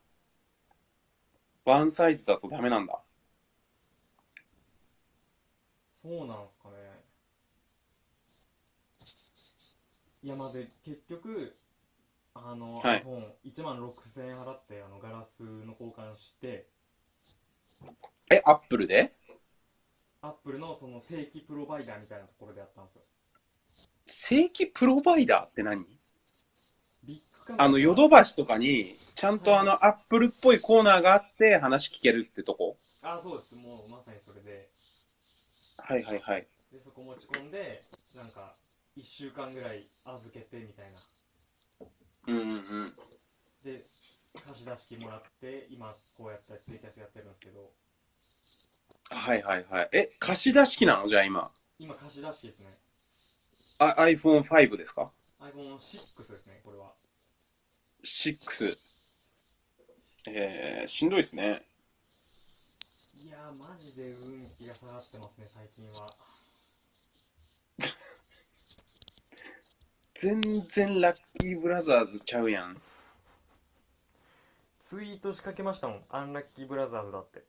ワンサイズだとダメなんだ。
そうなんすかねいやまあで結局あの、
はい
iPhone1 万6000円払ってあのガラスの交換して
え、アップルで
アップルのその正規プロバイダーみたいなところでやったんですよ
正規プロバイダーって何
ビッグカメラ
あの、ヨドバシとかに、ちゃんとあの、アップルっぽいコーナーがあって、話聞けるってとこ。
あそうですもうまさにそれで
はいはいはい。
でそこ持ち込んでなんか1週間ぐらい預けてみたいな
うんうんうん。
で貸し出し機もらって今こうやったりツイキャスやってるんですけど
はいはいはい。え、貸し出し機なのじゃあ今。
今貸し出し機ですね
あ iPhone5 ですか
iPhone6 ですねこれは
?6。えー、しんどいですね。
いやーマジで運気が下がってますね最近は
全然ラッキーブラザーズちゃうやん。
ツイート仕掛けましたもんアンラッキーブラザーズだって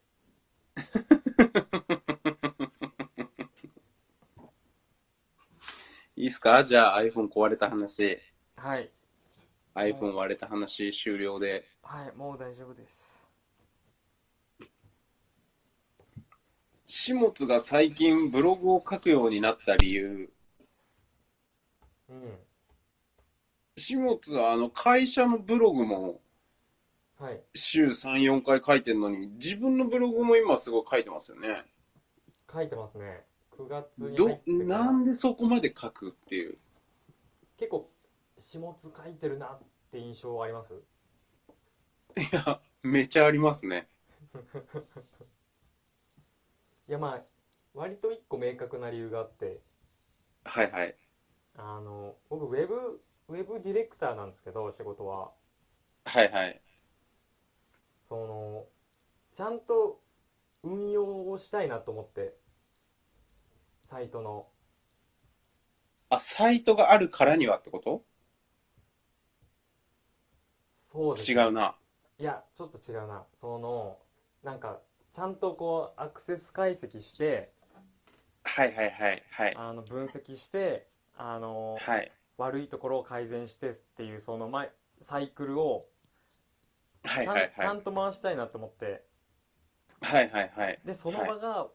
いいっすかじゃあ iPhone 壊れた話、
はい
iPhone 割れた話終了で。
はいもう大丈夫です
始末が最近ブログを書くようになった理由。
うん
始末はあの会社のブログも
はい
週3、4回書いてるのに、自分のブログも今すごい書いてますよね。
書いてますね9月に入
ど
っ、てから
なんでそこまで書くっていう。
結構始末書いてるなって印象あります
いや、めちゃありますね。
いやまあ割と一個明確な理由があって
はいはい。
あの僕ウェブウェブディレクターなんですけど仕事は
はいはい。
そのちゃんと運用をしたいなと思ってサイトの
あ、サイトがあるからにはってこと
そうです
違
ね
うな。
いやちょっと違うなそのなんかちゃんとこうアクセス解析して
はいはいはいはい。
あの分析してあの、
はい。
悪いところを改善してっていうその前サイクルを
は
ち
い
ゃん,、
はいはい。
と回したいなと思って
はいはいはい。
でその場が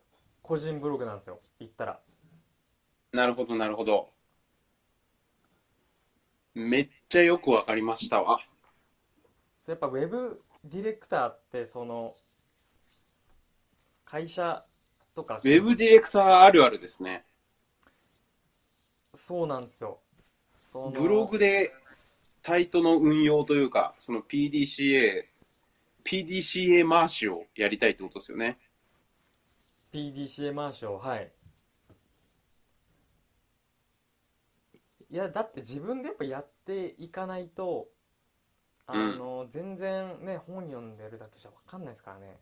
個人ブログなんですよ言ったら
なるほどなるほど。めっちゃよくわかりましたわ。
そうやっぱウェブディレクターってその会社とか
ウェブディレクターあるあるですね。
そうなんですよその
ブログでタイトの運用というか、その PDCA、PDCA 回しをやりたいってことですよね。
PDCA マーションはいいやだって自分でやっぱやっていかないとあの、全然ね本読んでるだけじゃ分かんないですからね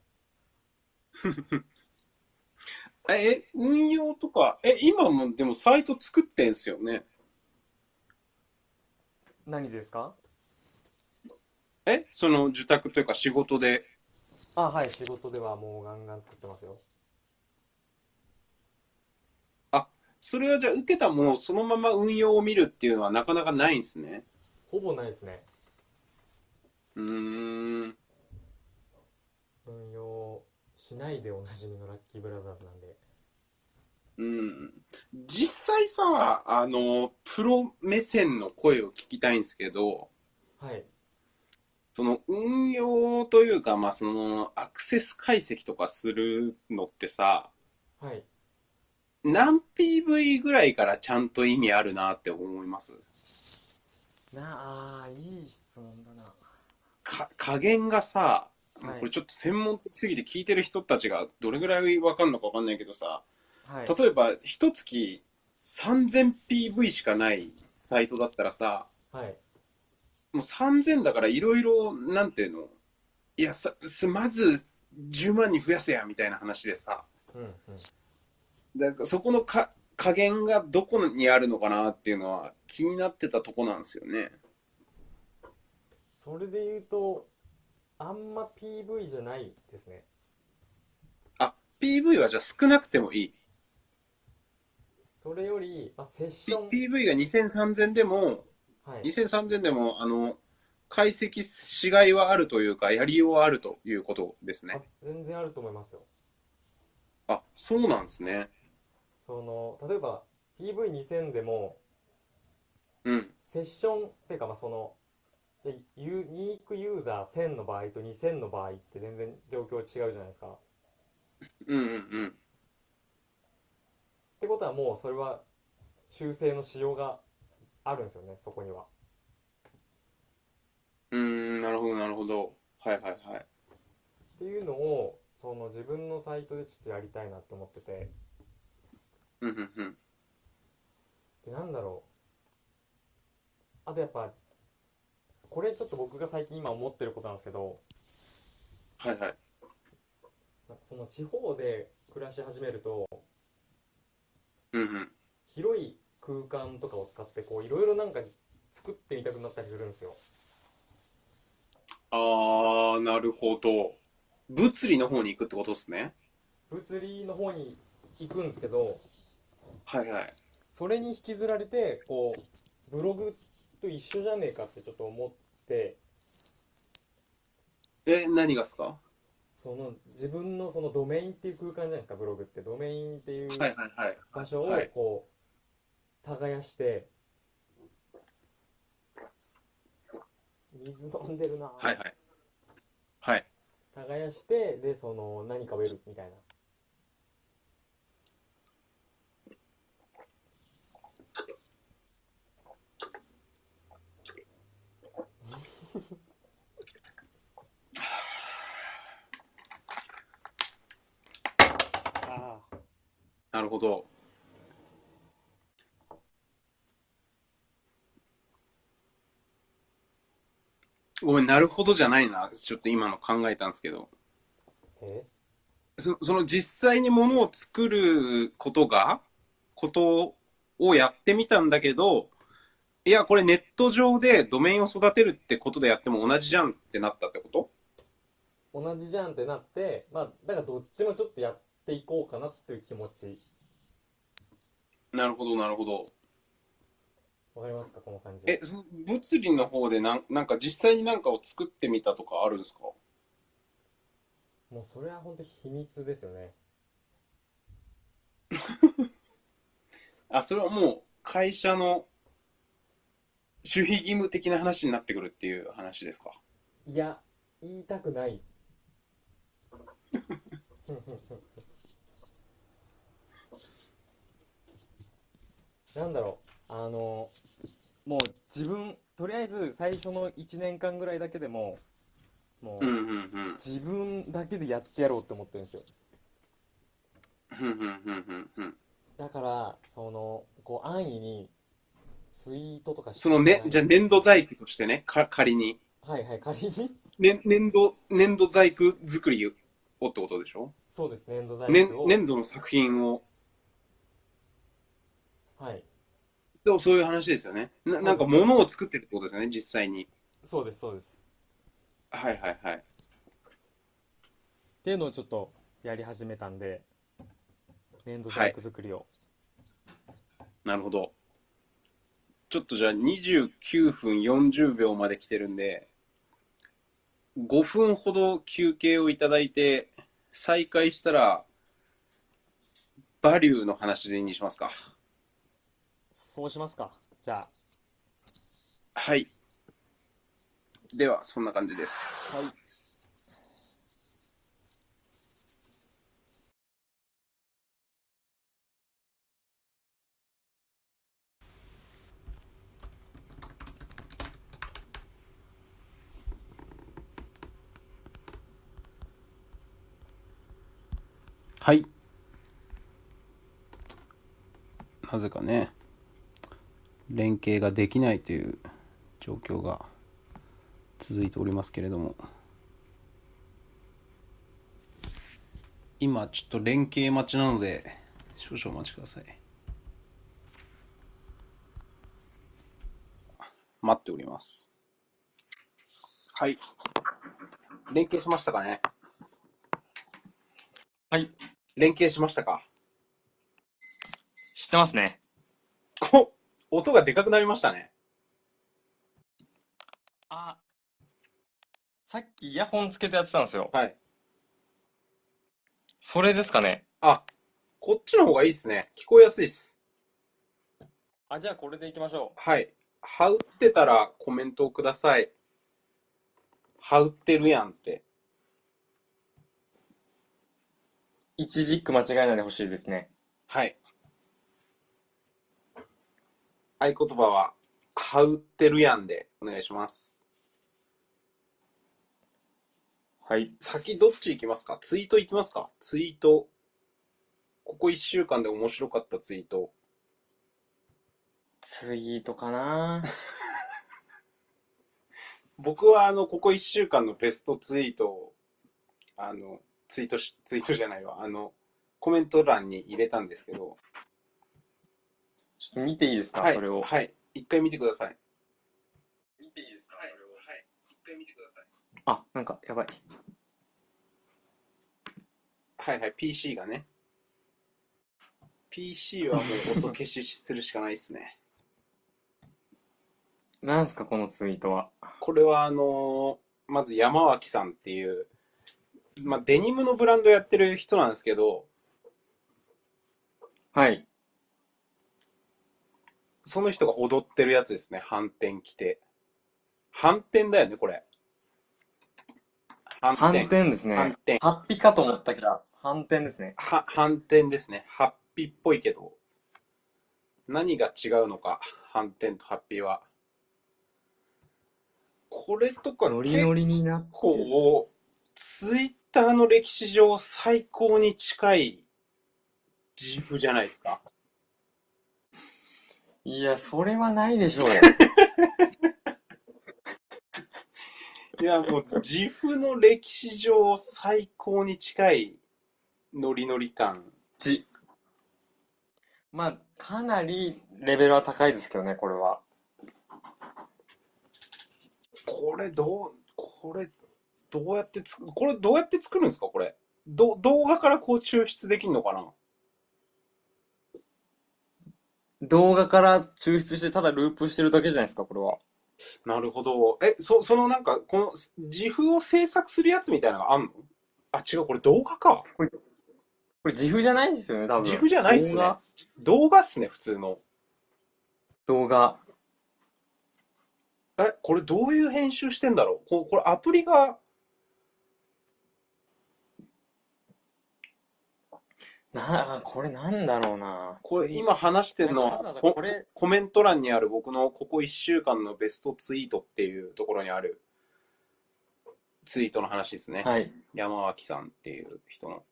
え、運用とか、え、今もでもサイト作ってんすよね。
何ですか
え、その受託というか仕事で。
あはい仕事ではもうガンガン作ってますよ
それはじゃあ受けたものをそのまま運用を見るっていうのはなかなかないんですね。
ほぼないですね
うーん。
運用しないでおなじみのラッキーブラザーズなんで
うん、実際さ、あの、プロ目線の声を聞きたいんですけど、
はい
その運用というか、まあ、そのアクセス解析とかするのってさ、
はい
何 PV ぐらいからちゃんと意味あるなって思います
なあいい質問だな
か加減がさ、
はい
これちょっと専門的すぎて聞いてる人たちがどれぐらいわかんのかわかんないけどさ、
はい
例えば一月 3000PV しかないサイトだったらさ、
はい
もう3000だからいろいろ、なんていうのいやさ、すまず10万に増やせや、みたいな話でさ、
うんうん
だからそこのか加減がどこにあるのかなっていうのは気になってたとこなんですよね。
それで言うとあんま PV じゃないですね
あ、PV はじゃあ少なくてもいい。
それより、まあ、セッシ
P-
ョン
PV が2000、3000でも、
はい
2000、3000でも、あの、解析しがいはあるというか、やりようはあるということです
あ
ね。
全然あると思いますよ
あ、そうなんですね。
その例えば PV2000 でも
うん。
セッションっていうかまあそのでユニークユーザー1000の場合と2000の場合って全然状況違うじゃないですか。っ
うんうんうん。
てことはもうそれは修正のしようがあるんですよねそこには。
うーん、なるほど、なるほど。はいはいはい。
っていうのをその自分のサイトでちょっとやりたいなって思ってて
うんうんうん。
でなんだろうあとやっぱこれちょっと僕が最近今思ってることなんですけど
はいはい。
なんかその地方で暮らし始めると
うんうん。
広い空間とかを使ってこういろいろなんか作ってみたくなったりするんですよ
あー、なるほど。物理の方に行くってことですね。
物理の方に行くんですけど
はいはい。
それに引きずられてこうブログと一緒じゃねえかってちょっと思って
え、何がっすかは
その自分のそのドメインっていう空間じゃないですかブログってドメインっていう
いはいはい。
場所を
はい
こう、耕して水飲んでるな、
はいはい。はい。
耕してでその何かを得るみたいなああ
なるほど。ごめん、なるほどじゃないな。ちょっと今の考えたんですけど。
え
そその実際にものを作ることがことをやってみたんだけどいやこれネット上でドメインを育てるってことでやっても同じじゃんってなったってこと
同じじゃんってなってまあだからどっちもちょっとやっていこうかなっていう気持ち
なるほどなるほど
わかりますかこの感じ
えその物理の方でなんなんか実際に何かを作ってみたとかあるんですか
もうそれは本当に秘密ですよね
あそれはもう会社の守秘義務的な話になってくるっていう話ですか
いや言いたくないなんだろうあの
もう自分とりあえず最初の1年間ぐらいだけでもも
うん
う
うんうん
自分だけでやってやろうって思ってるんですよ
うんうんうんうんうん
だからそのこう安易にツイートとかして
そのね
ない
じゃあ粘土細工としてねか仮に
はいはい仮に
ね、粘土、粘土細工作りをってことでしょ、
そうですね粘土
ね
細工を、
粘土の作品を。
はい
そうそういう話ですよね。ななんか物を作ってるってことですよね、実際に。
そうですそうです
はいはいはい。
っていうのをちょっとやり始めたんで粘土細工作りを、
なるほど。ちょっとじゃあ29分40秒まで来てるんで、5分ほど休憩をいただいて、再開したら、バリューの話にしますか。
そうしますかじゃ
はい。では、そんな感じです。
あはい
はい。なぜかね、連携ができないという状況が続いておりますけれども、今ちょっと連携待ちなので、少々お待ちください。待っております。はい。連携しましたかね
はい。
連携しましたか
知ってますね。
こ音がでかくなりましたね。
あ、さっきイヤホンつけてやってたんですよ。
はい。
それですかね。
あ、こっちの方がいいですね。聞こえやすいです。
あ、じゃあこれでいきましょ
はい。はうってたらコメントをください。はうってるやんって。
う。一字一句間違えないでほしいですね。
はい。合言葉は、はうってるやんでお願いします。
はい。
先どっち行きますかツイート行きますかツイート。ここ1週間で面白かったツイート。
ツイートかな
僕はあの、ここ1週間のベストツイートを、あの、ツイートし、ツイートじゃない わ。あの、コメント欄に入れたんですけど。
ちょっと見ていいですか、
はい、
それを。
はい。一回見てください。
見ていいですか
はい。一回見てください。
あ、なんか、やばい。
はいはい、PC がね。PC はもう音消しするしかないですね。
なんすか、このツイートは。
これはあのーまず山脇さんっていう、まあ、デニムのブランドやってる人なんですけど、
はい。
その人が踊ってるやつですね、反転着て。反転だよね、これ。反
反
転。
転ですね。
反
ハ
転。
ッピかと思ったけど、反転ですね。
は反転ですね。ハッピーっぽいけど。何が違うのか、反転とハッピーは。これとか
ノリ
結
ノリになってる。
構、ツイッターの歴史上最高に近いジープじゃないですか。
いや、それはないでしょう。
いや、もう、ジフの歴史上最高に近いノリノリ感。
じ。まあ、かなりレベルは高いですけどね、これは。
これどう、これ、どうやってつく、これどうやって作るんですか、これ。ど、動画からこう抽出できるのかな
動画から抽出して、ただループしてるだけじゃないですか、これは。
なるほど。え、そ、そのなんか、この、自負を制作するやつみたいなのがあんのあ、違う、これ動画か。
これ自負じゃないんですよね、多分。
自負じゃないっすね
動画、
動画っすね、普通の。
動画。
え、これどういう編集してんだろうここれアプリが、
なあ、これなんだろうな。
これ今話してんの
わざわ
は、
ざ
こ
これ、
コメント欄にある僕のここ1週間のベストツイートっていうところにあるツイートの話ですね。
はい。
山脇さんっていう人の。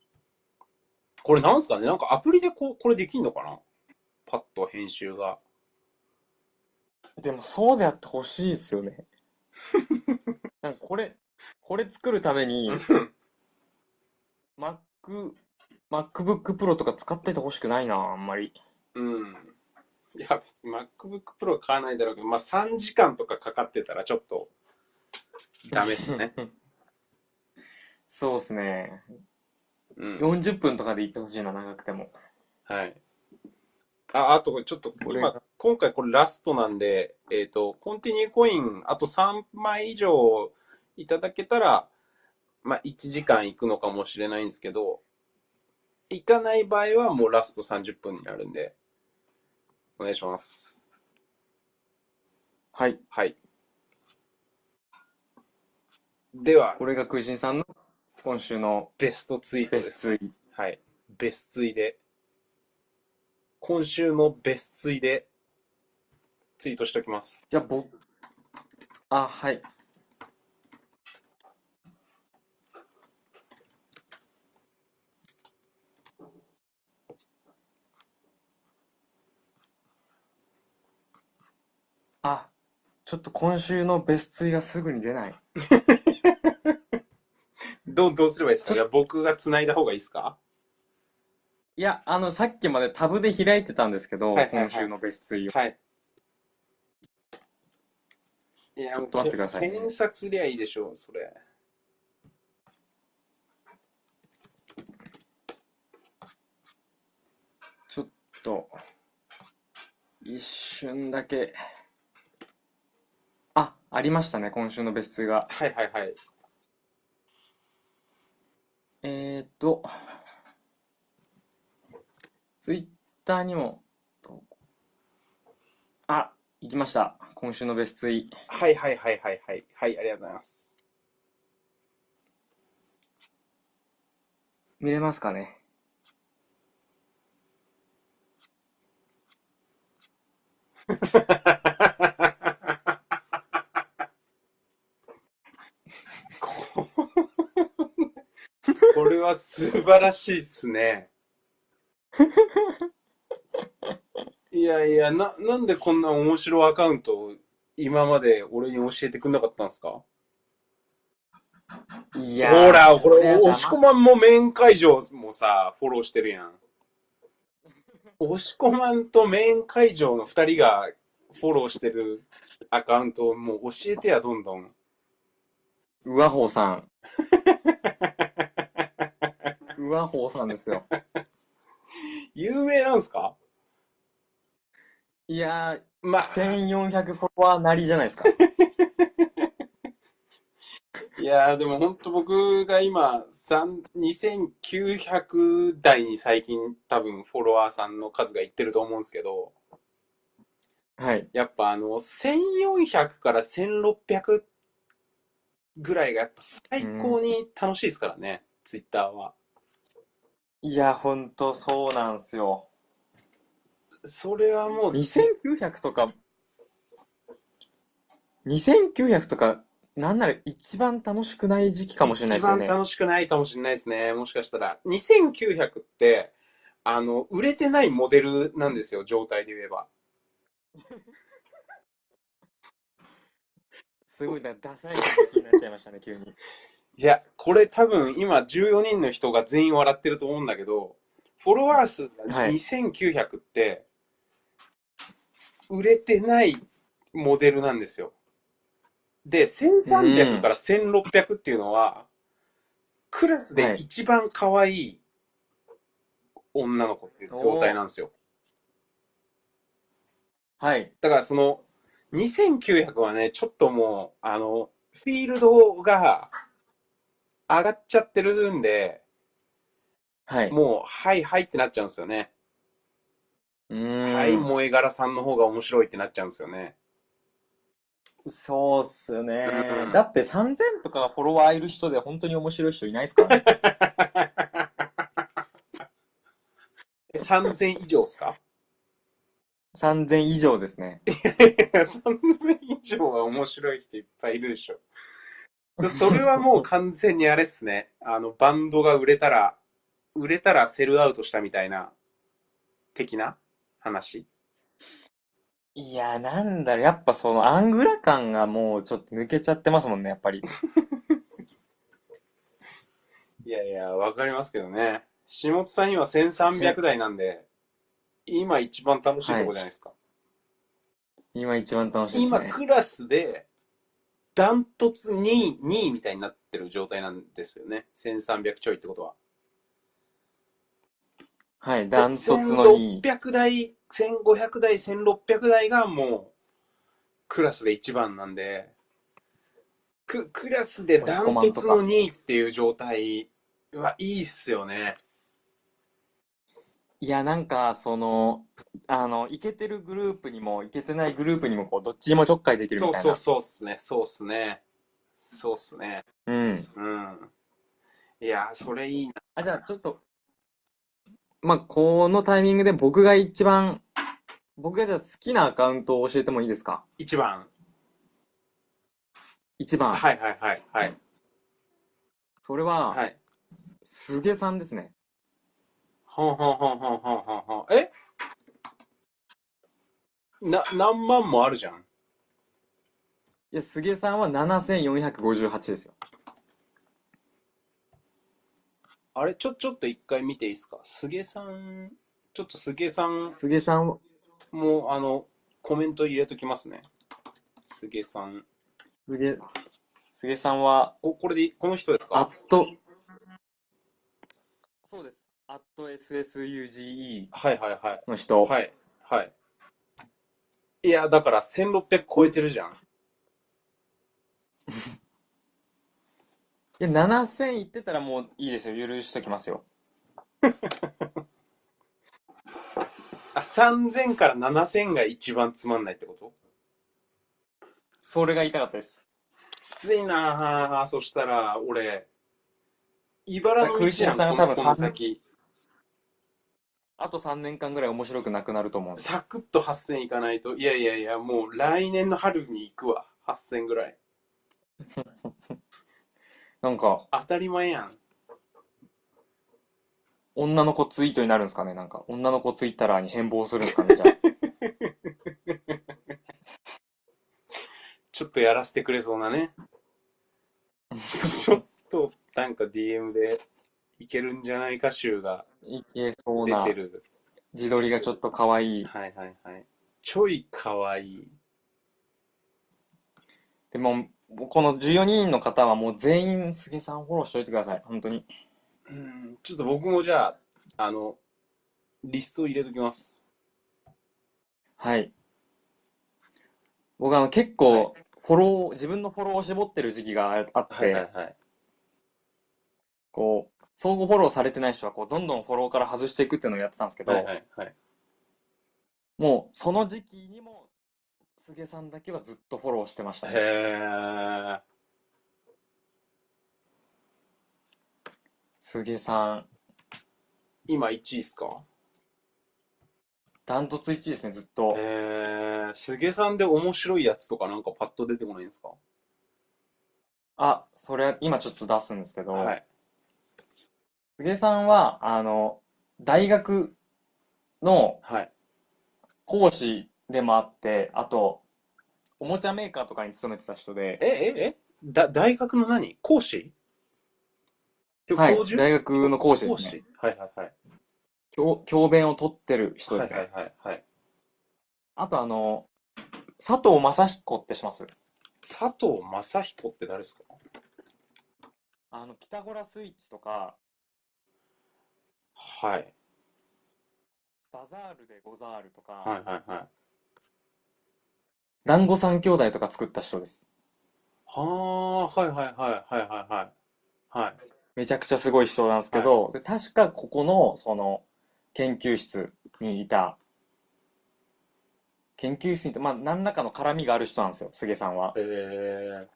これなんすかねなんかアプリでこうこれできんのかなパッと編集が。
でも、そうであってほしいです よね。なんか、これ、これ作るために、Mac、MacBook Pro とか使っててほしくないな、あんまり。
うん。いや、別に MacBook Pro 買わないだろうけど、まあ3時間とかかかってたらちょっとダメです ね。
そうですね。
うん。
40分とかで行ってほしいな、長くても。
はい。あ、あとちょっと
これ
今、今回これラストなんで、えっ、と、コンティニューコイン、あと3枚以上いただけたら、まあ1時間いくのかもしれないんですけど、いかない場合はもうラスト30分になるんで、お願いします。
はい。
はい。では、
これが食いしんさんの今週の
ベストツイート
ベ
で
スト
す。
ツイート
はい。ベストツイで。今週のベストツイでツイートしておきます。
じゃあ、僕、あ、はい。あ、ちょっと今週のベストツイがすぐに出ない。
どう、どうすればいいですかいや、僕が繋いだ方がいいですか
いや、あの、さっきまでタブで開いてたんですけど、
はいはいはい
今週のベストツイを。
はい。いや、
ちょっと待ってくださいね
検索すりゃいいでしょう、それ。
ちょっと、一瞬だけ。あ、ありましたね、今週のベストツイが。
はいはいはい。
えーと、ツイッターにも投稿あ、行きました。今週のベスツイ。
はいはいはいはいはい。はい、ありがとうございます。
見れますかね
これは素晴らしいっす ね。いやいや、な、なんでこんな面白いアカウントを今まで俺に教えてくんなかったんですか
いやー
ほら、こ
い
れ、
や黙っ
押し込まんもメイン会場もさ、フォローしてるやん。押し込まんとメイン会場の2人がフォローしてるアカウントをもう教えてや、どんどん。
うわほうさん。うわほうさんですよ。
有名なんすか
いやー、
まあ、
1400フォロワーなりじゃないですか。
いやーでも本当僕が今3 2900台に最近多分フォロワーさんの数がいってると思うんですけど
はい。
やっぱあの1400から1600ぐらいがやっぱ最高に楽しいですからね、ツイッターは。
いや、ほんとそうなんですよ。
それはもう
2900とか、2900とか、なんなら一番楽しくない時期かもしれないですよね
一。番楽しくないかもしれないですね。もしかしたら。2900って、あの、売れてないモデルなんですよ、状態で言えば。
すごいな、ダサい時期になっちゃいましたね、急に。
いや、これ多分今14人の人が全員笑ってると思うんだけど、フォロワー数が
はい
2900って、売れてないモデルなんですよ。で、1300から1600っていうのは、クラスで一番可愛い女の子っていう状態なんですよ。
はい。
だからその2900はね、ちょっともう、あの、フィールドが上がっちゃってるんで、
は い。
もう、はいはいってなっちゃうんですよね。
うーん。
はい、萌え柄さんの方が面白いってなっちゃうんですよね。
そうっすよね
うん。
だって3000とかフォロワーいる人で本当に面白い人いないですから ね。
え3000以上です か
3000以上ですね。
?3000 以上は面白い人いっぱいいるでしょ。でそれはもう完全にあれっすね。あの、バンドが売れたら、売れたらセルアウトしたみたいな、的な話。
いやー、なんだろう、やっぱそのアングラ感がもうちょっと抜けちゃってますもんね、やっぱり。
いやいや、わかりますけどね。下津さん今1300台なんで、今一番楽しいとこじゃないですか。
今一番楽しいです
今
ね。
クラスでダントツ2位、2位みたいになってる状態なんですよね。1300ちょいってことは。
はい、 ダントツのいい。
1600台、1500台、1600台がもうクラスで一番なんで、ククラスでダントツの2位っていう状態はいいっすよね。
いや、なんか、その、あの、イケてるグループにも、イケてないグループにも、こう、どっちにもちょっかいできる
そ
み
う
たい
そ
な。
うそうっすね、そうっすね。そうっすね。
うん。
うん。いやー、それいいな。
あ、じゃあ、ちょっと、まあ、このタイミングで僕が一番、僕がじゃあ好きなアカウントを教えてもいいですか
一番。
一番。
はいはいはいはい。
それは、
はい。
すげさんですね。
ほんほんほんほんほんほんほん。えな、何万もあるじゃん。
いや、すげさんは7458ですよ。
あれ、ちょ、ちょっと一回見ていいですか。すげさん、ちょっとすげさん
すげさんは、
も、あの、コメント入れときますね。すげさん。
すげ、すげさんは、
こ、これでいい、この人です
ア
か
ット、そうです。アット SSUGE
はいはいはい。
の人。
はい。はい。いや、だから1600超えてるじゃん。
いや、7000いってたらもういいですよ。許しときますよ。
あ、3000から7000が一番つまんないってこと
それが言いたかったです。
きついなぁ。そしたら、俺、茨の
食いしん
道
坊さ
なんん
が多
こ
分
のこの先、
あと3年間ぐらい面白くなくなると思うんですよ。
サクッと8000いかないと、いやいやいや、もう来年の春に行くわ。8000ぐらい。
なんか、
当たり前やん。
女の子ツイートになるんですかねなんか、女の子ツイッターに変貌するんですかねじゃあ。
ちょっとやらせてくれそうなね。ちょっと、なんか DM でいけるんじゃないか集が
いけそう
出
な
て。る。
自撮りがちょっと可愛い。
はいはいはい。ちょいかわいい。
でも、この14人の方はもう全員、すげさんフォローしといてください。本当に。
うんちょっと僕もじゃあ、あの、リストを入れときます。
はい。僕あの結構、フォロー、自分のフォローを絞ってる時期があっ
はいは
て
い、はい。
こう、相互フォローされてない人は、こう、どんどんフォローから外していくっていうのをやってたんですけど、
はいはいはい。
もう、その時期にも、すげさんだけはずっとフォローしてましたね。
へえ。
すげさん、
今1位っすか
ダントツ1位ですね、ずっと。
へえ。すげさんで面白いやつとかなんかパッと出てこないんですか
あ、それ、今ちょっと出すんですけど、
はい。
すげさんは、あの、大学の
はい。
講師でもあって、あと、おもちゃメーカーとかに勤めてた人で、
え、え、えだ、大学の何講師教
はい、
教授
大学の講師で
講
すね。
師はいはいはい。
教、教鞭を取ってる人ですね。
はいはいはいはい。
あとあの、佐藤正彦ってします。
佐藤正彦って誰ですか
あの、ピタゴラスイッチとか、
はい。
バザールでゴザールとか、
はいはいはい。
団子三兄弟とか作った人です。
はあ、はいはいはいはいはいはい。はい。
めちゃくちゃすごい人なんですけど、で確かここの、その、研究室にいた、研究室にいた、まあ、何らかの絡みがある人なんですよ、菅さんは。
え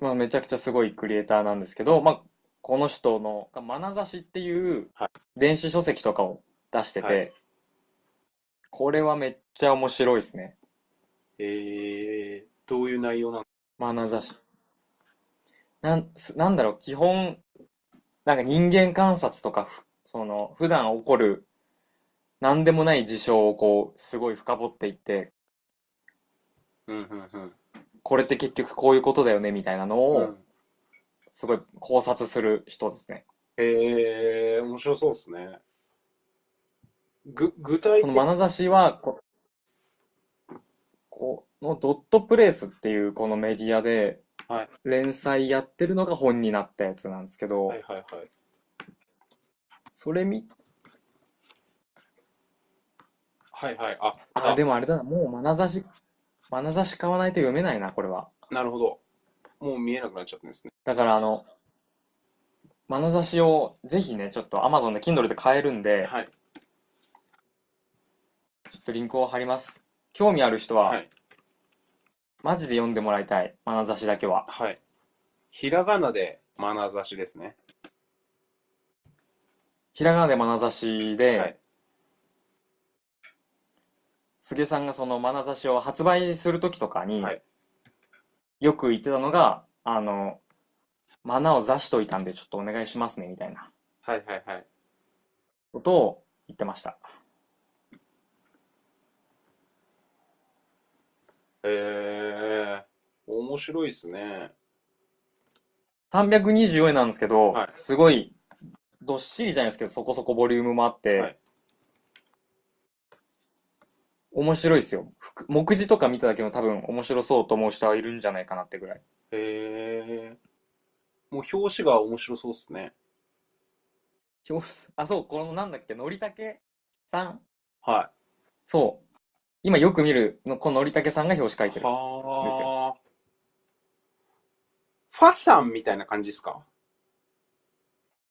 まあ、めちゃくちゃすごいクリエイターなんですけど、まあ、この人の、眼差しっていう
は
電子書籍とかを出して
は
て、これはめっちゃ面白いですね。
ー、えー、どういう内容なん
眼差し。なん、すなんだろう、基本、なんか人間観察とか、ふその、普段起こる、なんでもない事象をこう、すごい深掘っていって、
うんうんうん。
これって結局こういうことだよね、みたいなの
う
を
ん、
すごい考察する人ですね。
えー、面白そうですね。ぐ、具体
この
的
眼差しはこ、このドットプレイスっていうこのメディアで
はい
連載やってるのが本になったやつなんですけど
はい、はいはい。
それ見、
はいはい。あ、
あ、
あ
でもあれだな、もう眼差し、眼差し買わないと読めないな、これは。
なるほど。もう見えなくなっちゃったんですね。
だからあの、眼差しをぜひね、ちょっと Amazon で Kindle で買えるんで、
はい。
ちょっとリンクを貼ります。興味ある人は、
はい。
マジで読んでもらいたい、眼差しだけは。
はい。ひらがなで眼差しですね。
ひらがなで眼差しで、
はい。
菅さんがその眼差しを発売する時とかに
はい
よく言ってたのが「あのマナを差しといたんでちょっとお願いしますね」みたいな
はいはいはい。
ことを言ってました
えー、面白いですね。
324円なんですけど、
はい
すごいどっしりじゃないですけどそこそこボリュームもあって、
はい
面白いですよふく目次とか見ただけの多分面白そうと思う人はいるんじゃないかなってぐらい
えー、もう表紙が面白そうですね。
表あそうこのなんだっけのりたけさん
は
そう。今よく見るの、こののりたけさんが表紙書い
い。
てる。です
はあ。ファさんみたいな感じですか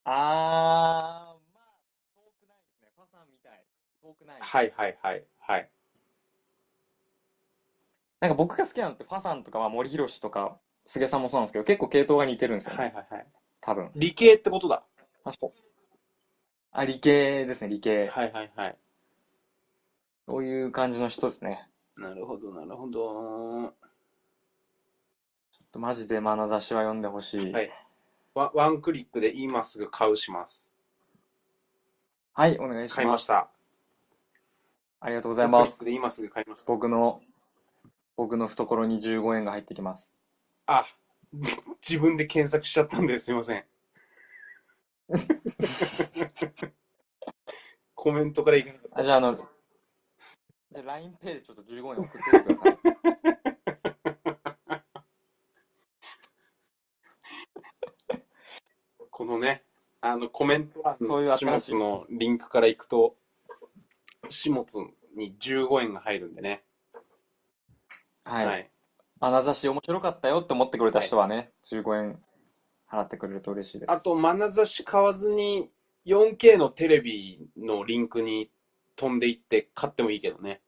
あー、まあ、遠くないですね。ファさんみたい。遠くない。
はいはいはいはい。
なんか僕が好きなのって、ファさんとか、まあ、森博とか、菅さんもそうなんですけど、結構系統が似てるんですよ
は
ね、
いはいはい。
多分。
理系ってことだ。
あ、そう。あ、理系ですね、理系。
はいはいはい。
そういう感じの人ですね。
なるほど、なるほど。
ちょっとマジで眼差しは読んでほしい。
はいワワンクリックで今すぐ買うします。
はい、お願いし
買いま
ま
し
す。
た。
ありがとうご
ワ
ざい
ンクリ
ま
ック
す
で。今すぐ買いました。
僕の、僕の懐に15円が入ってきます。
あ、 自分で検索しちゃったんですいませ ん。コメントからいけなかった
あ、じゃあ、あの、じゃあ LINEPay でちょっと15円送っててください。
このね、あのコメント欄
そういう
の
新
始
しい
末のリンクから行くと、始末に15円が入るんでね。
はい。
はい。
眼差し面白かったよって思ってくれた人はね、15円払ってくれると嬉しいです。
あと、眼差し買わずに 4K のテレビのリンクに飛んでいって買ってもいいけどね。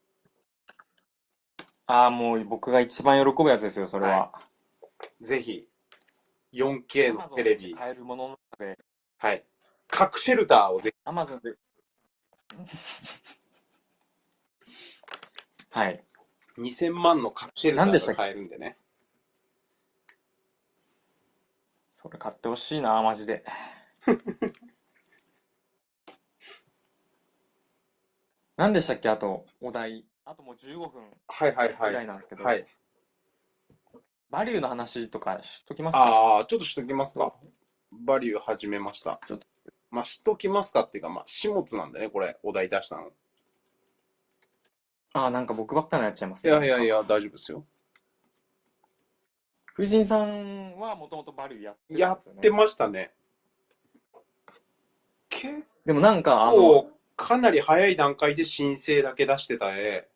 ああ、もう僕が一番喜ぶやつですよ、それは。
ぜひ、4K の
Amazon
テレ
で
ビ。
買えるものの中で、
はい。核シェルターをぜ
Amazon で。 はい。
ひ2000万の核シェルタ
何でし
ー
た
が
っけ
買えるんでね。
それ買ってほしいな、マジで。 何でしたっけ、あと、お題。あともう15分
はいはい
ぐ
は
らい
い。
なんですけど、
はい。
バリューの話とかしときますか
ああ、ちょっとしときますか。バリュー始めました
ちょっと。
まあ、しときますかっていうか、まあ、始末なんでね、これ、お題出したの。
ああ、なんか僕ばっかりやっちゃいます
い
ね
やいやいや、大丈夫ですよ。
藤井さんはもともとバリューやって
や
たんですよ
っ
ね。
てましたね。結
でもなんか、あの、
構、かなり早い段階で申請だけ出してた絵。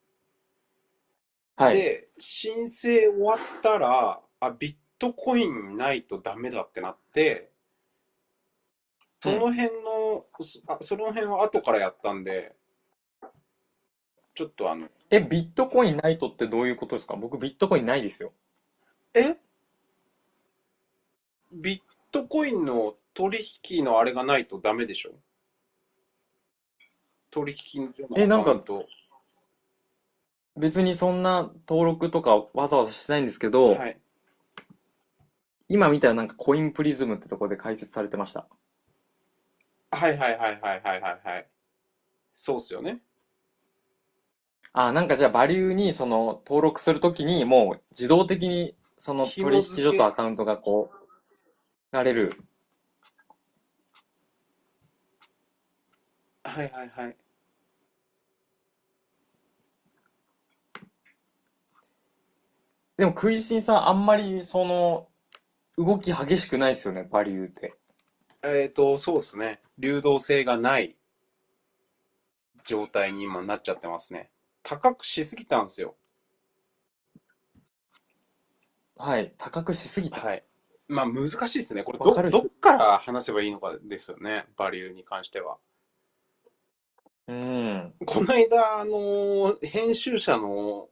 はい。
で、申請終わったら、あ、ビットコインないとダメだってなって、その辺の、そあ、その辺は後からやったんで、ちょっとあの、
え、ビットコインないとってどういうことですか僕ビットコインないですよ。
えビットコインの取引のあれがないとダメでしょ取引所の
えなんか
アカウント。
別にそんな登録とかわざわざしないんですけど、
はい。
今見たらなんかコインプリズムってとこで解説されてました。
はいはいはいはいはいはいはい。そうっすよね。
あ、なんかじゃあバリューにその登録するときにもう自動的にその取引所とアカウントがこう、なれる。
はいはいはい。
でも食いしんさんあんまりその動き激しくないですよね、バリューって。
えっと、そうですね。流動性がない状態に今なっちゃってますね。高くしすぎたんですよ。
はい。高くしすぎた。
はい。まあ難しいですね。これ
わ
ど、
かる
どっから話せばいいのかですよね。バリューに関しては。
うん。
この間、あの、編集者の、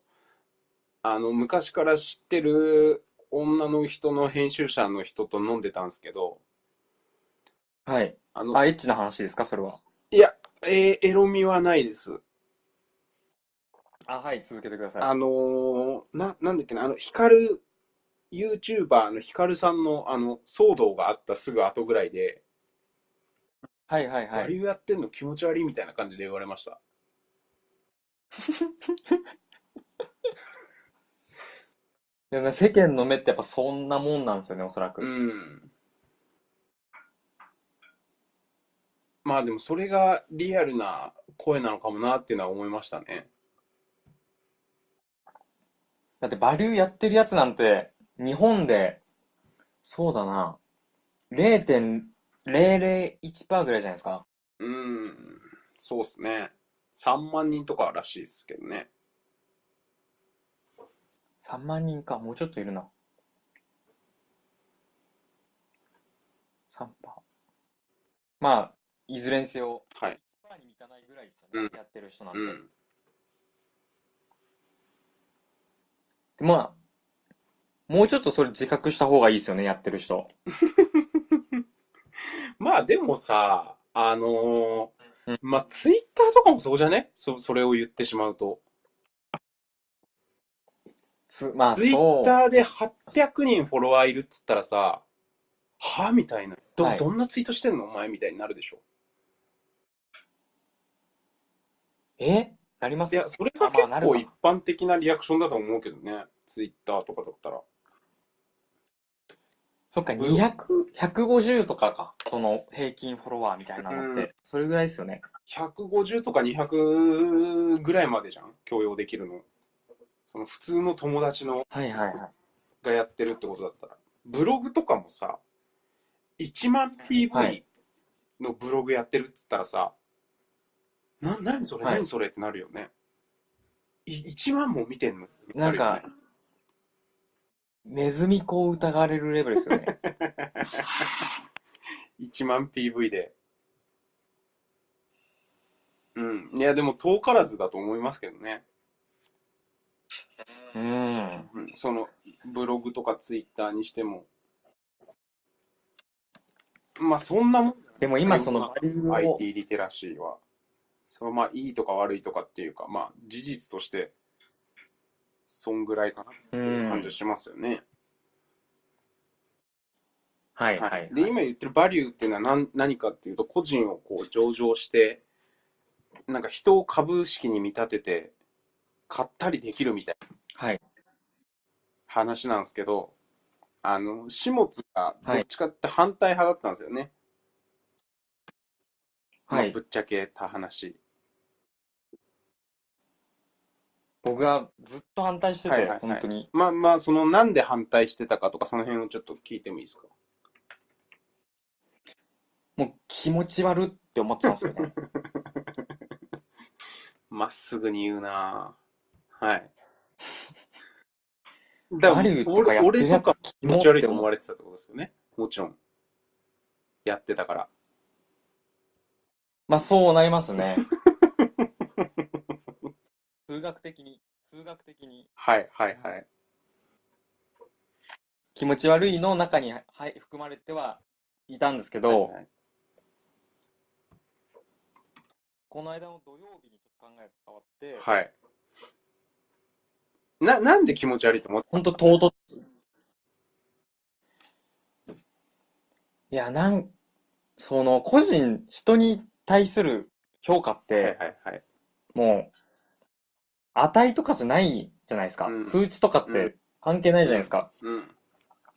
あの、昔から知ってる女の人の編集者の人と飲んでたんですけど、
はい。
あの、
あ、エッチな話ですか、それは。
いや、えーエロみはないです。
あ、はい、続けてください。
あのーな、なんだっけな、あの、ヒカル、YouTuber のヒカルさんの、あの、騒動があったすぐ後ぐらいで、
はいはいは
バリ
い。
ューやってんの気持ち悪いみたいな感じで言われました。
でもね、世間の目ってやっぱそんなもんなんですよね、おそら
う
く。
ん。まあでもそれがリアルな声なのかもなっていうのは思いましたね。
だってバリューやってるやつなんて、日本で、そうだな、0.001%ぐらいじゃないですか。
うん。そうっすね。3万人とからしいですけどね。
3万人か、もうちょっといるな。3%。まあ、いずれにせよ、
はい。
1%に満かないぐらいですよね、
うん
やってる人なんて。
うん。
でまあ、もうちょっとそれ自覚した方がいいですよね、やってる人。
まあでもさ、あの
う
ー
ん
まあツイッターとかもそうじゃねそ、それを言ってしまうと。
つまあ、
ツイ
そ
ッ
う。
ターで800人フォロワーいるっつったらさ、はみたいな。ど、
はい
どんなツイートしてんのお前みたいになるでしょ。
えなりま
い
す
や、それが結
あまあなる
構
か
一般的なリアクションだと思うけどね。ツイッターとかだったら。
そっか、200、150とかか。その平均フォロワーみたいなのっ
うん
て。それぐらいですよね。
150とか200ぐらいまでじゃん許容できるの。その普通の友達の
はいはいはい。
がやってるってことだったら。ブログとかもさ、1万
は
PV
い
のブログやってるっつったらさ、な、何それ
はい
何それってなるよね。い1万も見てんの
なんか
なるよね
ネズミ子を疑われるレベルです よね。
1万 PV で。うん。いや、でも遠からずだと思いますけどね。
うん。
うんその、ブログとかツイッターにしても。まあ、そんなもん
でも今そのバリューを、
IT リテラシーは。そのまあ、いいとか悪いとかっていうか、まあ、事実として、そんぐらいかなって
う
いうん感。じしますよね。
はい
は
はいい。
で、今言ってるバリューっていうのは何何かっていうと、個人をこう上場して、なんか人を株式に見立てて、買ったりできるみたいな
はい。
話なんですけど、あの、始末がど
はい
っちかって反対派だったんですよね。ま
は
あ
い
ぶ。っちゃけた話。
僕はずっと反対して
はい
て
はいは、い
本当に。
まあまあ、そのなんで反対してたかとか、その辺をちょっと聞いてもいいですか
もう気持ち悪って思ってたんです よね。
まっすぐに言うなぁはい。 だ
バリューとかやってるや
俺俺
つ
とか気持ち悪いと
キモって思う
思われてたってことですよね。もちろん。やってたから。
まあそうなります ね。数学的に、数学的に
はいはいはい。
気持ち悪いの中に、はい、含まれてはいたんですけど、
はいはい
この間の土曜日にちょっと考えが変わって、
はい。な、なんで気持ち悪いと思って
本当唐突。いや、なん、その、個人、人に対する評価って、
はいはい
もう、値とかじゃないじゃないですか。
うん
数値とかっ
う
て関係ないじゃないですか、
うん。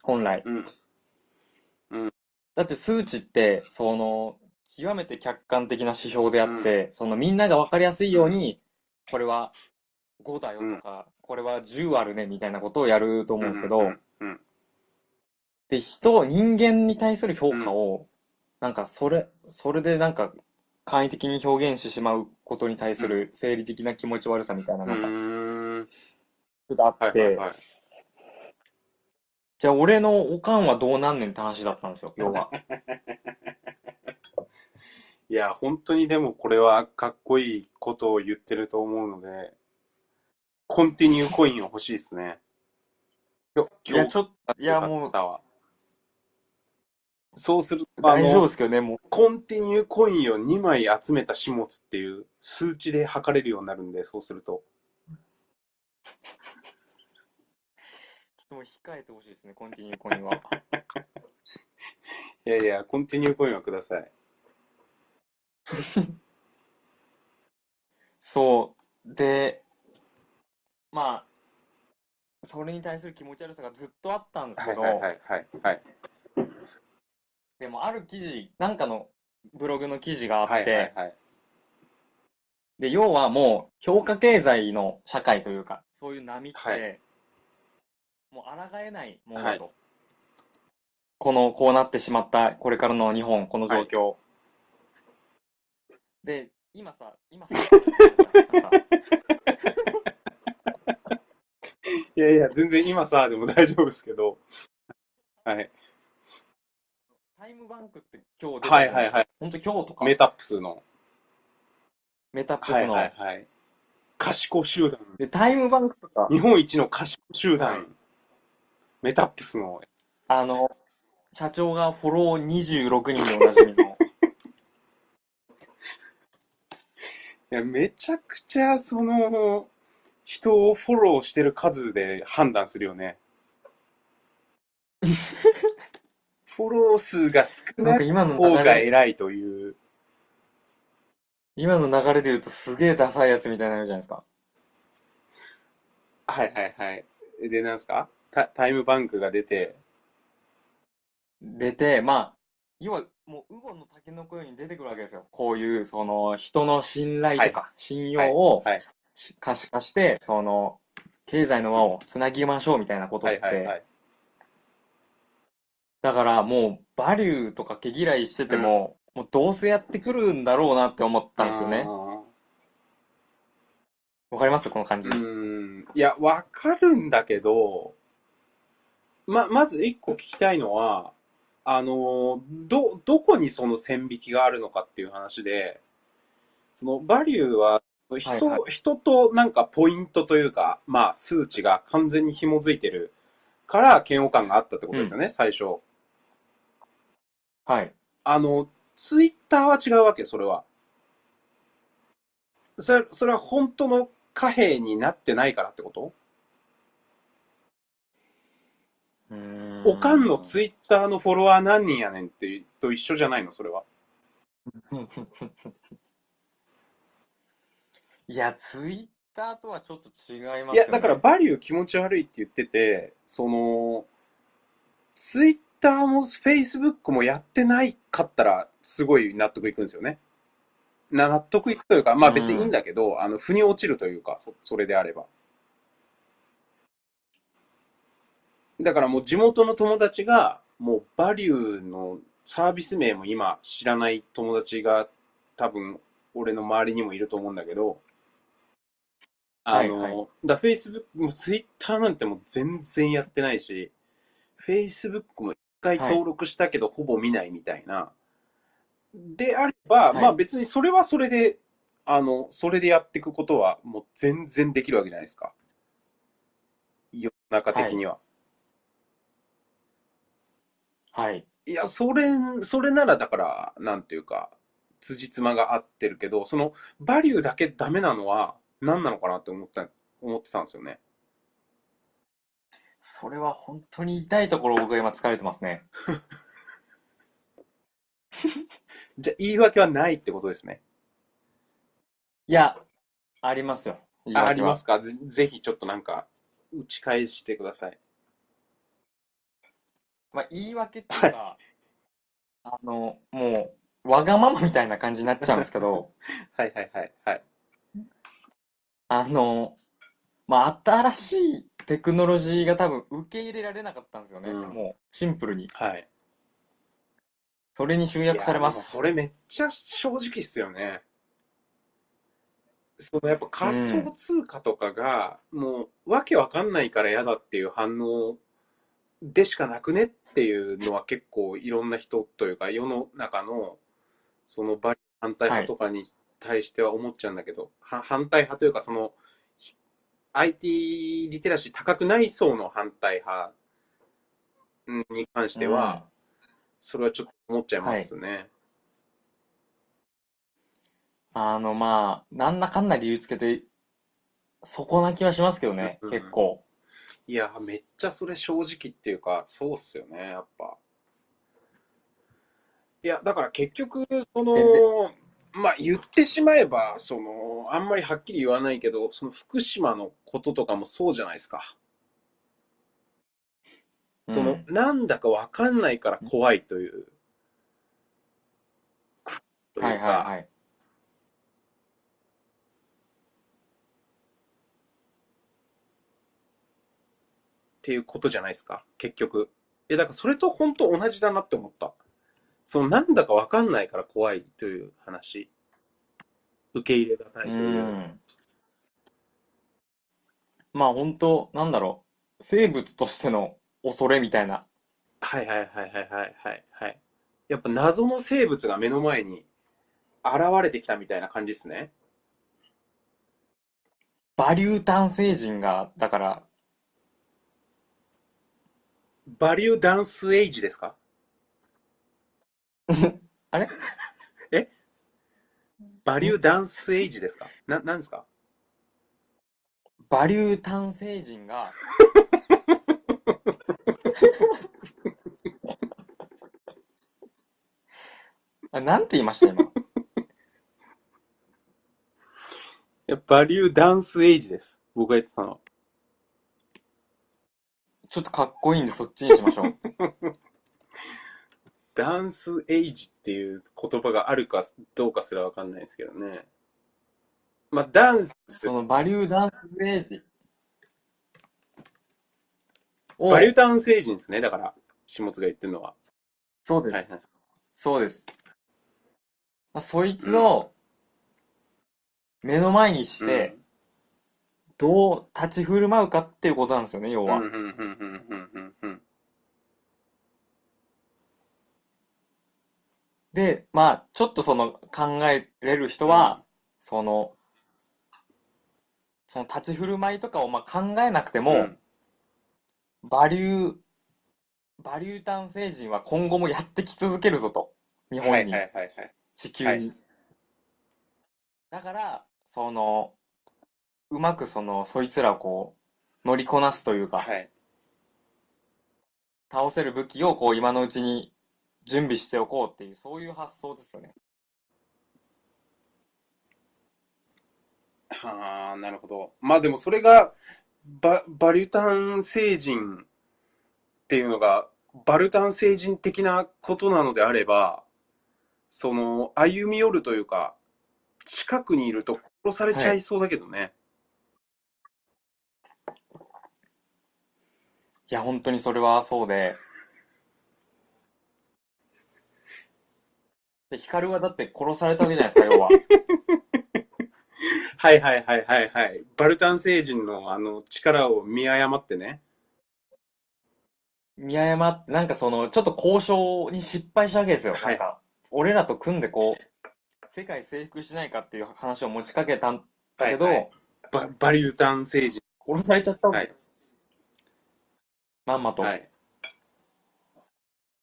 本来。
うん。
だって数値って、その、極めて客観的な指標であって、そのみんなが分かりやすいように、これは5だよとか、これは10あるねみたいなことをやると思うんですけ
う
ど、
んうん。
で、人、人間に対する評価を、なんかそれ、それでなんか簡易的に表現してしまうことに対する生理的な気持ち悪さみたいな
う
のが
ーん。
あっ
はいはい
て、
はい。
じゃあ俺のおかんはどうなんねんって話だったんですよ、要は。
いや、本当にでもこれはかっこいいことを言ってると思うので、コンティニューコインを欲しいですね。よ
いや、ちょっと、いや、 も
う。
う
そうすると、あ
大丈夫で
の、
すけどね、もう。
コンティニューコインを2枚集めた始末っていう数値で測れるようになるんで、そうすると。
ちょっともう控えてほしいですね、コンティニューコインは。
いやいや、コンティニューコインはください。
そう。で、まあ、それに対する気持ち悪さがずっとあったんです
は
け
い
ど、
はいはいはいはい。
でもある記事、なんかのブログの記事が
は
あっ
いはい
て、
はい。
で、要はもう評価経済の社会というか、そういう波って、
はい
もう抗えないものだと。この、こうなってしまった、これからの日本、この状況。で、今さ、今さ、なんか
いやいや、全然今さ、でも大丈夫ですけど。はい。
タイムバンクって今日出た
は
じ
い
ゃな
は
い
い
ですか。
はい。
本当今日とか。
メタップスの。
メタップ
は
ス
い
の。
はいはい。賢い集団。
で、タイムバンクとか、
日本一の賢い集団。メタップスの。
あの、社長がフォロー26人でおなじみの。
いや、めちゃくちゃ、その、人をフォローしてる数で判断するよ ね。フォロー数が少
なん
な
か
い
今の
方
流
が
れ、
偉いという。
今の流れで言うとすげえダサいやつみたいになるじゃないですか。
はいはいはい。で、なんすかタ、タイムバンクが出て、
出て、まあ、要はもう、ウゴのタケノコように出てくるわけですよ。こういう、その、人の信頼とか、信用を
はい、
し可視化して、その、経済の輪をつなぎましょうみたいなことっ
はいはい
て
はい。
だからもうバリューとか毛嫌いしてても、もうどうせやってくるんだろうなって思ったんですよね。わかりますこの感じ
う。ん。いや、わかるんだけど、ま、まず一個聞きたいのは、あの、ど、どこにその線引きがあるのかっていう話で、そのバリューは、人、
はいは
人となんかポイントというか、まあ数値が完全に紐づいてるから嫌悪感があったってことですよね、最初。
はい。
あの、ツイッターは違うわけ、それは。それ、それは本当の貨幣になってないからってこと
うーん
おかんのツイッターのフォロワー何人やねんって、と一緒じゃないの、それは。
いや、ツイッターとはちょっと違いま
い
す
や、
よ
だから
ね。
バリュー気持ち悪いって言ってて、その、ツイッターもフェイスブックもやってないかったら、すごい納得いくんですよね。な、納得いくというか、まあ別にいいんだけど、あの、腑に落ちるというか、そ、それであれば。だからもう地元の友達が、もうバリューのサービス名も今知らない友達が多分俺の周りにもいると思うんだけど、あの、
はいは
だフェイスブックもツイッターなんてもう全然やってないし、フェイスブックも一回
はい
登録したけどほぼ見ないみたいな。であれば、
はい
まあ別にそれはそれで、あの、それでやっていくことはもう全然できるわけじゃないですか。世の中的には。
はい。
いや、それ、それならだから、なんていうか、辻褄が合ってるけど、その、バリューだけダメなのは、何なのかなって思った、思ってたんですよね。
それは本当に痛いところ僕は今疲れてますね。
じゃあ、言い訳はないってことですね。
いや、ありますよ。言い
あ、
訳
あり
は
ますかぜ、ぜひ、ちょっとなんか、打ち返してください。
まあ、言い訳っていうか、あの、もう、わがままみたいな感じになっちゃうんですけど、
はいはいはいはい。
あの、まあ、新しいテクノロジーが多分受け入れられなかったんですよね。
うん
もう、シンプルに。
はい。
それに集約されま
いや
す
でもそ。れめっちゃ正直っすよね。そのやっぱ仮想通貨とかが、もうわけわかんないから嫌だっていう反応でしかなくねっていうのは結構いろんな人というか世の中のそのバリ反対派とかに対しては思っちゃうんだけど、は反対派というかそのひ IT リテラシー高くない層の反対派うんに関しては、それはちょっと思っちゃいますね。
うん、あの、まあ、なんだかんだ理由つけて、そこな気はしますけどね
う、ん
結構。
いや、めっちゃそれ正直っていうか、そうっすよね、やっぱ。いや、だから結局、そ
全
の、まあ言ってしまえば、その、あんまりはっきり言わないけど、その福島のこととかもそうじゃないですか。その、
うん
なんだかわかんないから怖いという。と
はいいうはい
か、
はい。
っていうことじゃないですか、結局。え、だからそれと本当同じだなって思った。その、なんだかわかんないから怖いという話。受け入れがたいと
う
いう。
ん。まあ、本当なんだろう、生物としての恐れみたいな。
はいはいはいはいはいはいはい。やっぱ謎の生物が目の前に現れてきたみたいな感じですね。
バリュー男性人が、だから、
バリューダンスエイジです か
あれ
えバリューダンスエイジですかな、なんですか
バリュー男性 人が、あなんて言いました今。
いや、バリューダンスエイジです。僕が言ってたのは。
ちょっとかっこいいんでそっちにしま しょう。
ダンスエイジっていう言葉があるかどうかすらわかんないですけどね。まあ、ダンス、
そのバリューダンスエイジを
バリューダンスエイジですね。だから、下津が言ってるのは。
そう
は
で
い
す。
はい。
そうです。まあ、そいつを目の前にして、どう立ち振る舞うかっていうことなんですよね、要
うん、う
は
ん、。うん、うん、うん、うんうん、うん。
で、まあ、ちょっとその考えれる人は、その、その立ち振る舞いとかをまあ考えなくても、
うん
バリュー、バリュー男性人は今後もやってき続けるぞと。日本
はい、
に、
はい、はい、はい。
地球に。だから、その、うまくその、そいつらをこう、乗りこなすというか、
はい。
倒せる武器をこう、今のうちに準備しておこうっていう、そういう発想ですよね。
はあ、なるほど。まあでもそれが、バ、バリュタン星人っていうのが、バルタン星人的なことなのであれば、その、歩み寄るというか、近くにいると殺されちゃいそうだけどね。
いや、本当にそれはそうで。で、ヒカルはだって殺されたわけじゃないですか、要は。
はい、はい、はい、はい、はい。バルタン星人のあの力を見誤ってね。
見誤って、なんかその、ちょっと交渉に失敗したわけですよ。
はい
なんか、俺らと組んでこう、世界征服しないかっていう話を持ちかけたんだけど、
はいはいバ、バリュタン星人。
殺されちゃったわ
は
け
い
です。まんまと。
はい。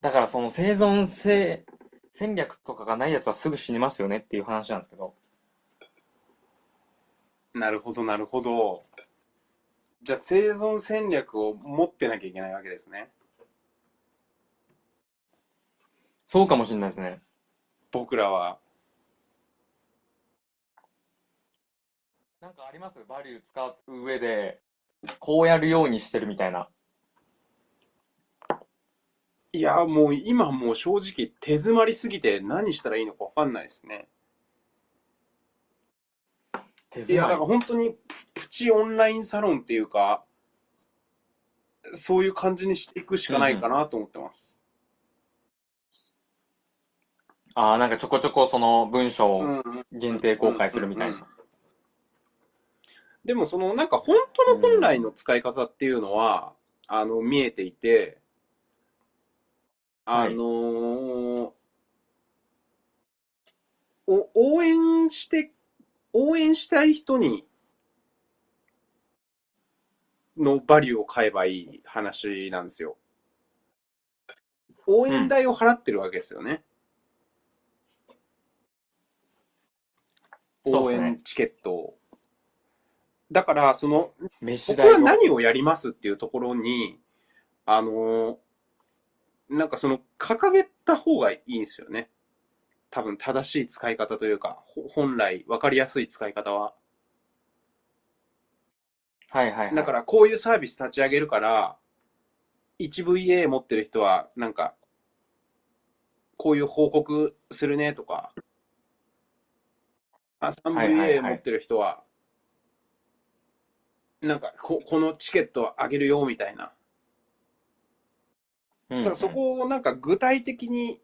だからその生存性、戦略とかがないやつはすぐ死にますよねっていう話なんですけど。
なるほど、なるほど。じゃあ生存戦略を持ってなきゃいけないわけですね。
そうかもしれないですね。
僕らは。
なんかありますバリュー使う上で、こうやるようにしてるみたいな。
いや、もう今もう正直手詰まりすぎて何したらいいのかわかんないですね。
手
い
詰
や、
ま
だ
り
から本当にプ、プチオンラインサロンっていうか、そういう感じにしていくしかないかなと思ってます。
ああ、なんかちょこちょこその文章
う
を
んうん
限定公開するみたいな。
でもそのなんか本当の本来の使い方っていうのは、あの見えていて、あ
はい
のーお応援して、応援したい人にのバリューを買えばいい話なんですよ。応援代を払ってるわけですよね。
そうっ
応
すね
援チケットを。だから、その、
飯
僕
代
は
を。
何をやりますっていうところに、あのーなんかその、掲げた方がいいんですよね。多分、正しい使い方というか、ほ本来、わかりやすい使い方は。
はいはいはい。
だから、こういうサービス立ち上げるから、1VA 持ってる人は、なんか、こういう報告するねとか、あ
はいはい
3VA
はい
持ってる人は、なんかこ、このチケットあげるよみたいな。
うんう
だ
ん、
からそこをなんか具体的に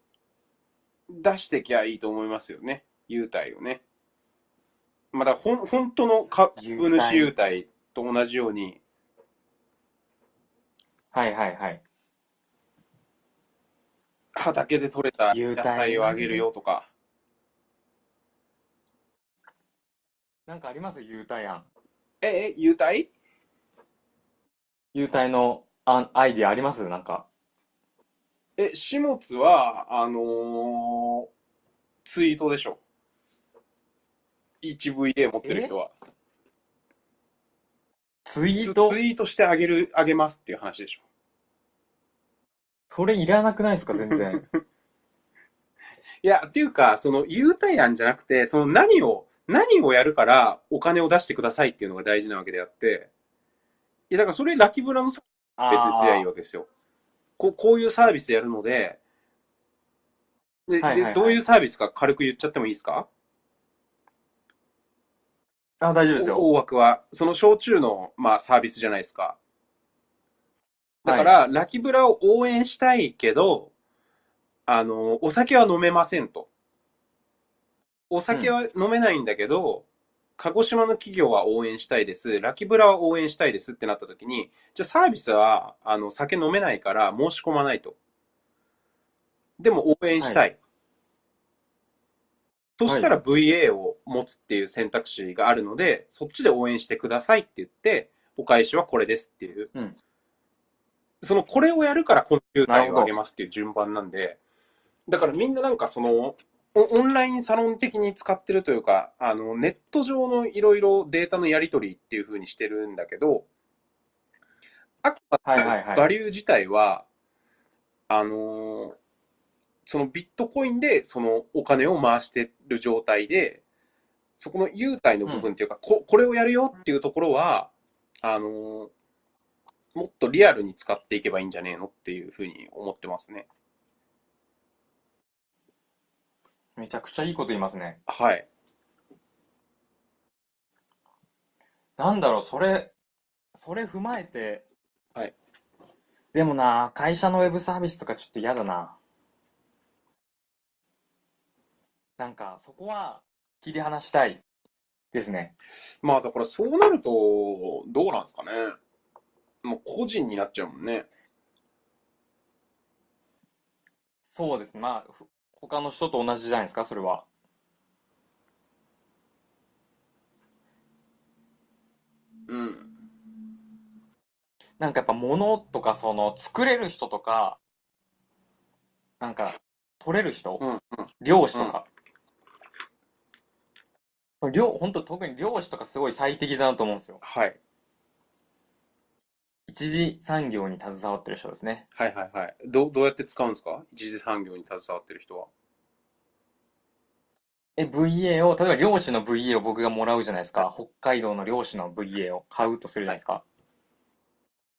出してきゃいいと思いますよね。優待をね。まあだからほん、本当の株主優待と同じように、
はいはいはい。
畑で採れた
優
野
待
菜をあげるよとか。
なんかあります優待案。
え、え、優待
優待のあアイディアありますなんか。
え、始末は、あのーツイートでしょ。1VA 持ってる人は。
ツイ
ツ
ー
イ
ト
ートしてあげる、あげますっていう話でしょ。
それいらなくないですか 全然。
いや、っていうか、その優待案じゃなくて、その何を、何をやるからお金を出してくださいっていうのが大事なわけであって、いや、だからそれラキブラのサービスにすりゃいいわけですよ。こうこういうサービスやるので、で、
はいはいは
で
い
どういうサービスか軽く言っちゃってもいいですか
あーあ、大丈夫ですよ。
大枠は、その焼酎の、まあ、サービスじゃないですか。だから、ラキブラを応援したいけど、あの、お酒は飲めませんと。お酒は飲めないんだけど、鹿児島の企業は応援したいです。ラキブラは応援したいですってなった時に、じゃあサービスは、あの、酒飲めないから申し込まないと。でも応援したい。そしたら VA を持つっていう選択肢があるので、そっちで応援してくださいって言って、お返しはこれですっていう。
うん
その、これをやるからこの優
な
待
るほ
を
ど
あげますっていう順番なんで、だからみんななんかその、オオンラインサロン的に使ってるというか、あの、ネット上のいろいろデータのやり取りっていう風にしてるんだけど、あくま
はいはいはい
でバリュー自体は、あのーそのビットコインでそのお金を回してる状態で、そこの優待の部分っていうか、こ、これをやるよっていうところは、あのーもっとリアルに使っていけばいいんじゃねえのっていうふうに思ってますね。
めちゃくちゃいいこと言いますね。
はい。
なんだろう、それ、それ踏まえて。
はい。
でもな、会社のウェブサービスとかちょっと嫌だな。なんか、そこは切り離したいですね。
まあだからそうなると、どうなんですかね。もう個人になっちゃうもんね。
そうですね。まあ、ふ他の人と同じじゃないですか、それは。
うん。
なんかやっぱ物とか、その、作れる人とか、なんか、取れる人
うんうん。
漁師とか。漁、本当特に漁師とかすごい最適だなと思うんですよ。
はい。
一次産業に携わってる人ですね。
はいはいはい。どう、どうやって使うんですか一次産業に携わってる人は。
え、VA を、例えば漁師の VA を僕がもらうじゃないですか。北海道の漁師の VA を買うとするじゃないですか。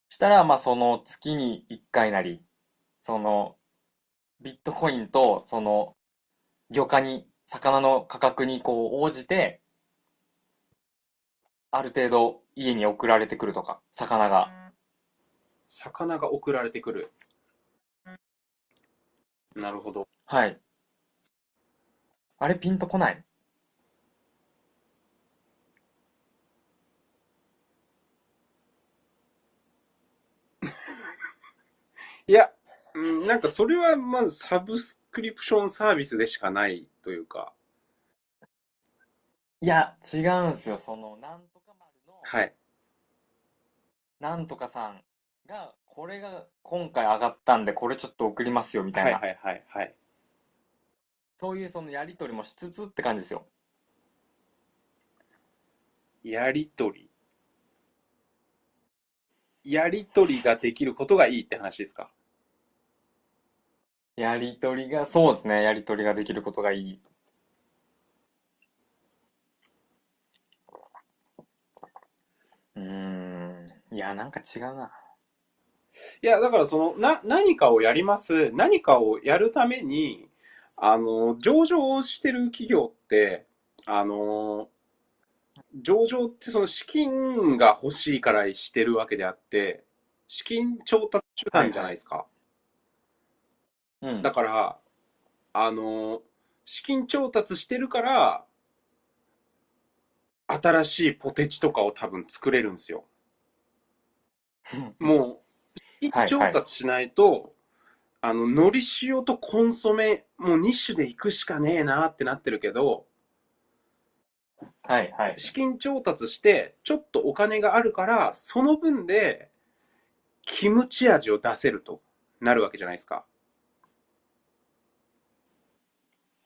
したら、まあ、その月に1回なり、その、ビットコインと、その、魚価に、魚の価格にこう応じて、ある程度家に送られてくるとか、魚が。
魚が送られてくる。なるほど。
はい。あれピンとこない。
いや、うん、なんかそれはまずサブスクリプションサービスでしかないというか。
いや、違うんすよ。その、なんとか丸の、
はい。
なんとかさんが、これが今回上がったんで、これちょっと送りますよみたい
はい
な、
はいはいはい。
そういうそのやり取りもしつつって感じですよ。
やりとり。やりとりができることがいいって話ですか。
やり取りが、そうですね、やり取りができることがいい。うーん、いや、なんか違うな。
いや、だからその、な、何かをやります。何かをやるために、あの、上場してる企業って、あの、上場ってその資金が欲しいからしてるわけであって、資金調達手段じゃないですか。
うん。
だから、あの、資金調達してるから、新しいポテチとかを多分作れるんですよ。もう、資金調達しないと、あの、海苔塩とコンソメ、もう2種でいくしかねえなってなってるけど、
はいはい。
資金調達して、ちょっとお金があるから、その分で、キムチ味を出せるとなるわけじゃないですか。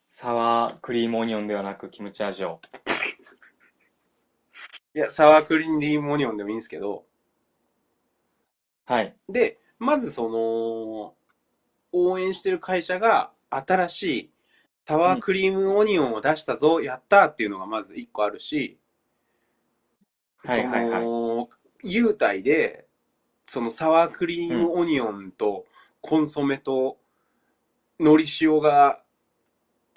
サワークリームオニオンではなくキムチ味を。
いや、サワークリームオニオンでもいいんですけど。
はい。
で、まずその、応援してる会社が新しいサワークリームオニオンを出したぞ、やったっていうのがまず一個あるし、
はいはいは
そ
い。
の、優待で、そのサワークリームオニオンとコンソメと海苔塩が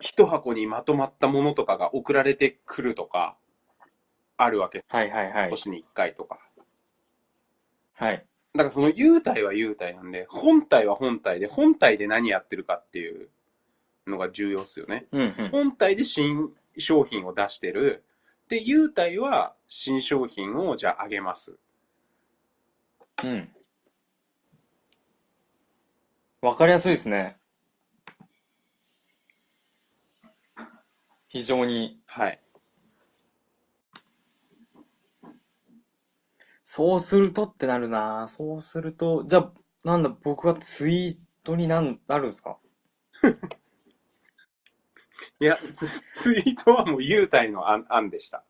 一箱にまとまったものとかが送られてくるとか、あるわけ。
はいはいはい。
年に一回とか。
はい。
だからその優待は優待なんで、本体は本体で、本体で何やってるかっていうのが重要っすよね。
うんうん。
本体で新商品を出してる。で、優待は新商品をじゃああげます。
うん。わかりやすいですね。非常に。
はい。
そうするとってなるな。そうすると、じゃあ、なんだ、僕はツイートになん、なるんですか
いや、ツ ツイートはもう優待の案案でした。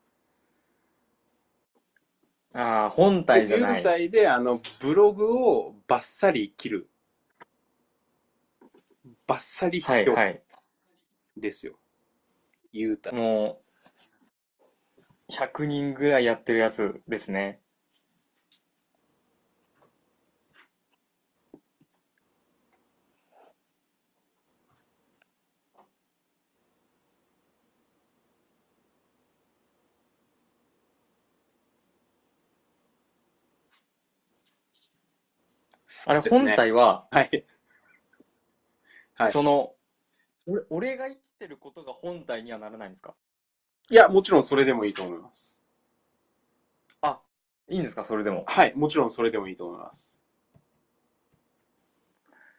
ああ、本
で
体じゃない。
優待であのブログをバッサリ切る。バッサリ
は
批
いは
評
い。
ですよ。優待。
もう、100人ぐらいやってるやつですね。あれ、
ですね
本体は、
はい。はい
その、俺、俺が生きてることが本体にはならないんですか
いや、もちろんそれでもいいと思います。
あ、いいんですかそれでも。
はい、もちろんそれでもいいと思います。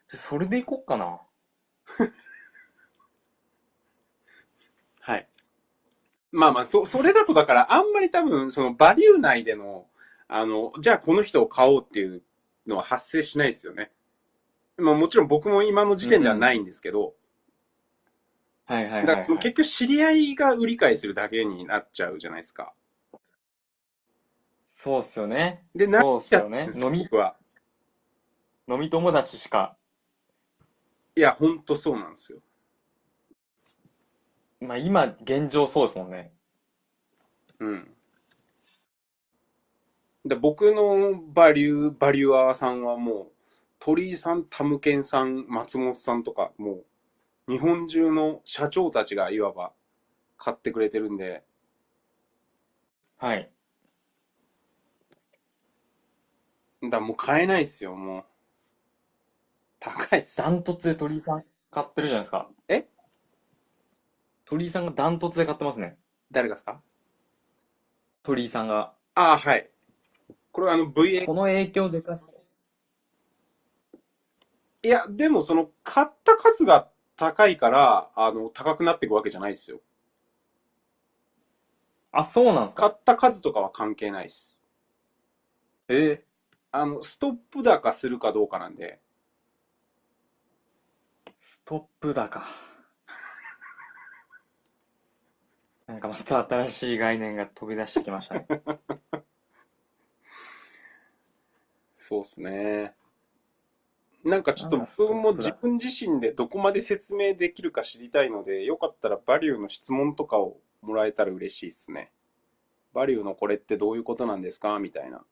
じゃ、それでいこっかな。
はい。まあまあ、そ、それだとだから、あんまり多分、そのバリュー内での、あの、じゃあこの人を買おうっていうのは発生しないですよね。まあもちろん僕も今の時点ではないんですけど、
はいはい
だか
は
ら
いはい。
結局知り合いが売り買いするだけになっちゃうじゃないですか。
そうっすよね。
で、な
そうっ
っ
す
ちゃ
よ
うん
ね
で。す
飲
よ、
み、
僕は。
飲み友達しか、
いや、ほんとそうなんですよ。
まあ今、現状そうですもんね。
うん。で、僕のバリュー、バリュアーさんはもう、鳥居さん、タムケンさん、松本さんとか、もう、日本中の社長たちがいわば買ってくれてるんで、
はい。
だからもう買えないっすよ、もう。高いっす
ダ。ントツで鳥居さん買ってるじゃないですか。
え
鳥居さんがダントツで買ってますね。
誰がですか
鳥居さんが。
ああ、はい。これはあの VA
この影響でかす。
いや、でもその、買った数が高いから、あの、高くなっていくわけじゃないですよ。
あ、そうなんです
買
か。
った数とかは関係ないです。
え
あの、ストップ高するかどうかなんで、
ー、ストップ高。 なんかまた新しい概念が飛び出してきましたね。
そうですね。なんかちょっと
なんだストッ
僕
プ
も
高
自分自身でどこまで説明できるか知りたいので、よかったらバリューの質問とかをもらえたら嬉しいですね。バリューのこれってどういうことなんですかみたいな。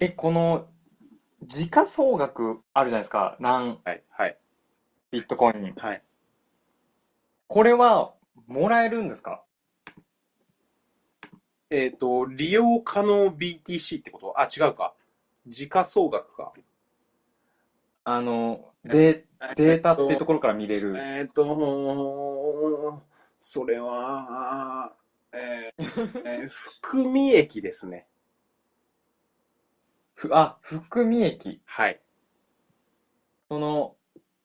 え、この、時価総額あるじゃないですか。何
はい、はい、
ビットコイン。
はい。
これは、もらえるんですか
えっと、利用可能 BTC ってことあ、違うか。時価総額か。
あの、で、データってところから見れる。
えーっと、それは、えーえー含み益ですね。
ふ、あ、含み益。
はい。
その、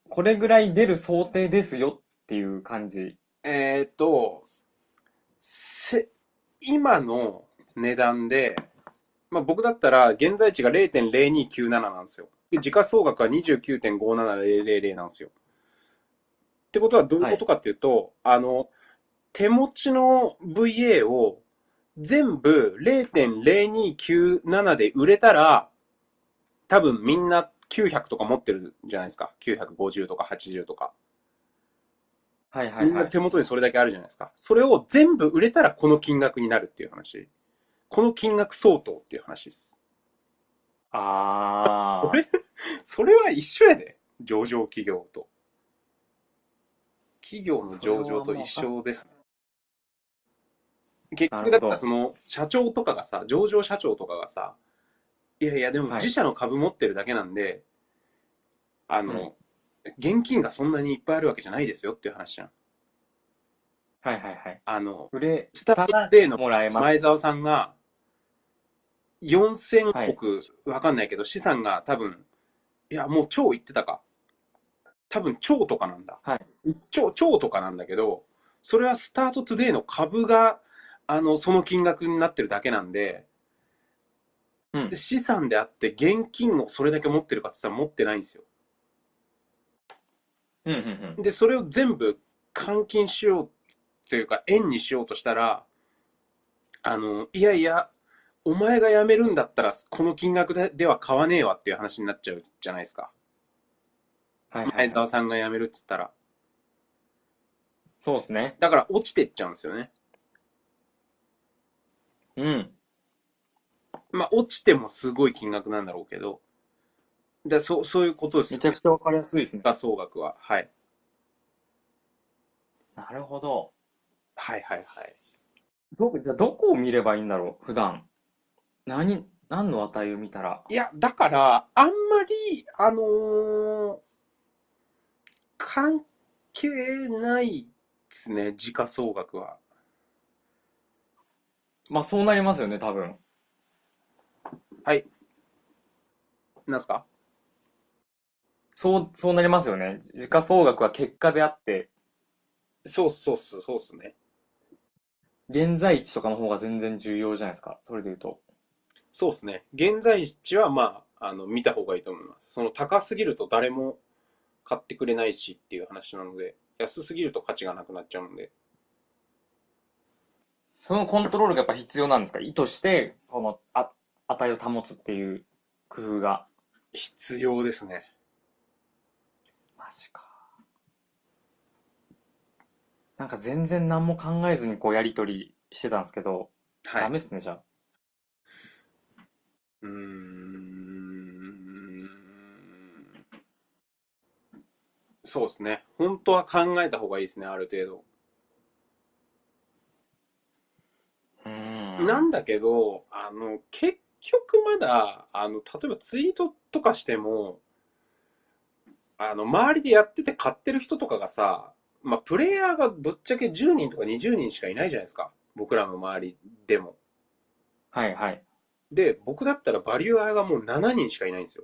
これぐらい出る想定ですよっていう感じ
えーっと、せ、今の値段で、まあ、僕だったら現在地が0.0297なんですよ。で、時価総額は29.57000なんですよ。ってことはどういうことかっていうと、あの、手持ちの VA を全部0.0297で売れたら、多分みんな900とか持ってるじゃないですか。950とか80とか。
はいはいはい。
みんな手元にそれだけあるじゃないですか。それを全部売れたらこの金額になるっていう話。この金額相当っていう話です。
ああ
こ。れ、それは一緒やで。上場企業と。企業の上場と一緒ですね。結
なるほ
局
ど
だからその社長とかがさ、上場社長とかがさ、いやいやでも
はい
自社の株持ってるだけなんで、あの、現金がそんなにいっぱいあるわけじゃないですよっていう話じゃん。
はいはいはい。
あの、
売れ
スタートデーの
もらえます。
前澤さんが4000億、わかんないけど、資産が多分、いや、もう超言ってたか。多分、超とかなんだ。
はい
超、超とかなんだけど、それはスタートトゥデイの株が、あの、その金額になってるだけなんで、
うん
で資産であって現金をそれだけ持ってるかって言ったら持ってないんですよ。
うんうんうん。
で、それを全部換金しようというか、円にしようとしたら、あの、いやいや、お前が辞めるんだったら、この金額ででは買わねえわっていう話になっちゃうじゃないですか。
はいはい
前
はい。
澤さんが辞めるっつったら。
そうですね。
だから落ちてっちゃうんですよね。
うん。
まあ、落ちてもすごい金額なんだろうけど。だそう、そういうことです
め
よ
ち。ゃくちゃわかりやすいですね。
が総額は。はい。
なるほど。
はいはいはい。
ど、じゃあどこを見ればいいんだろう、普段。何、何の値を見たら。
いや、だから、あんまり、あのー関係ないですね、時価総額は。
まあそうなりますよね、多分。
なんすか
そう、そうなりますよね。時価総額は結果であって、
そうそうそう、そうっすね。
現在地とかの方が全然重要じゃないですか。それで言うと。
そうっすね。現在地は、まあ、あの、見た方がいいと思います。その、高すぎると誰も買ってくれないしっていう話なので、安すぎると価値がなくなっちゃうんで。
そのコントロールがやっぱ必要なんですか意図して、その、あ、値を保つっていう工夫が。
必要ですね。
マジか。なんか全然何も考えずにこうやりとりしてたんですけど、
はい。
ダメですね、じゃあ。
うーんそうですね。本当は考えた方がいいですね、ある程度。
うーん。
なんだけど、あの、結局まだ、あの、例えばツイートとかしても、あの、周りでやってて買ってる人とかがさ、まあ、プレイヤーがぶっちゃけ10人とか20人しかいないじゃないですか。僕らの周りでも。
はいはい。
で、僕だったらバリューアーがもう7人しかいないんですよ。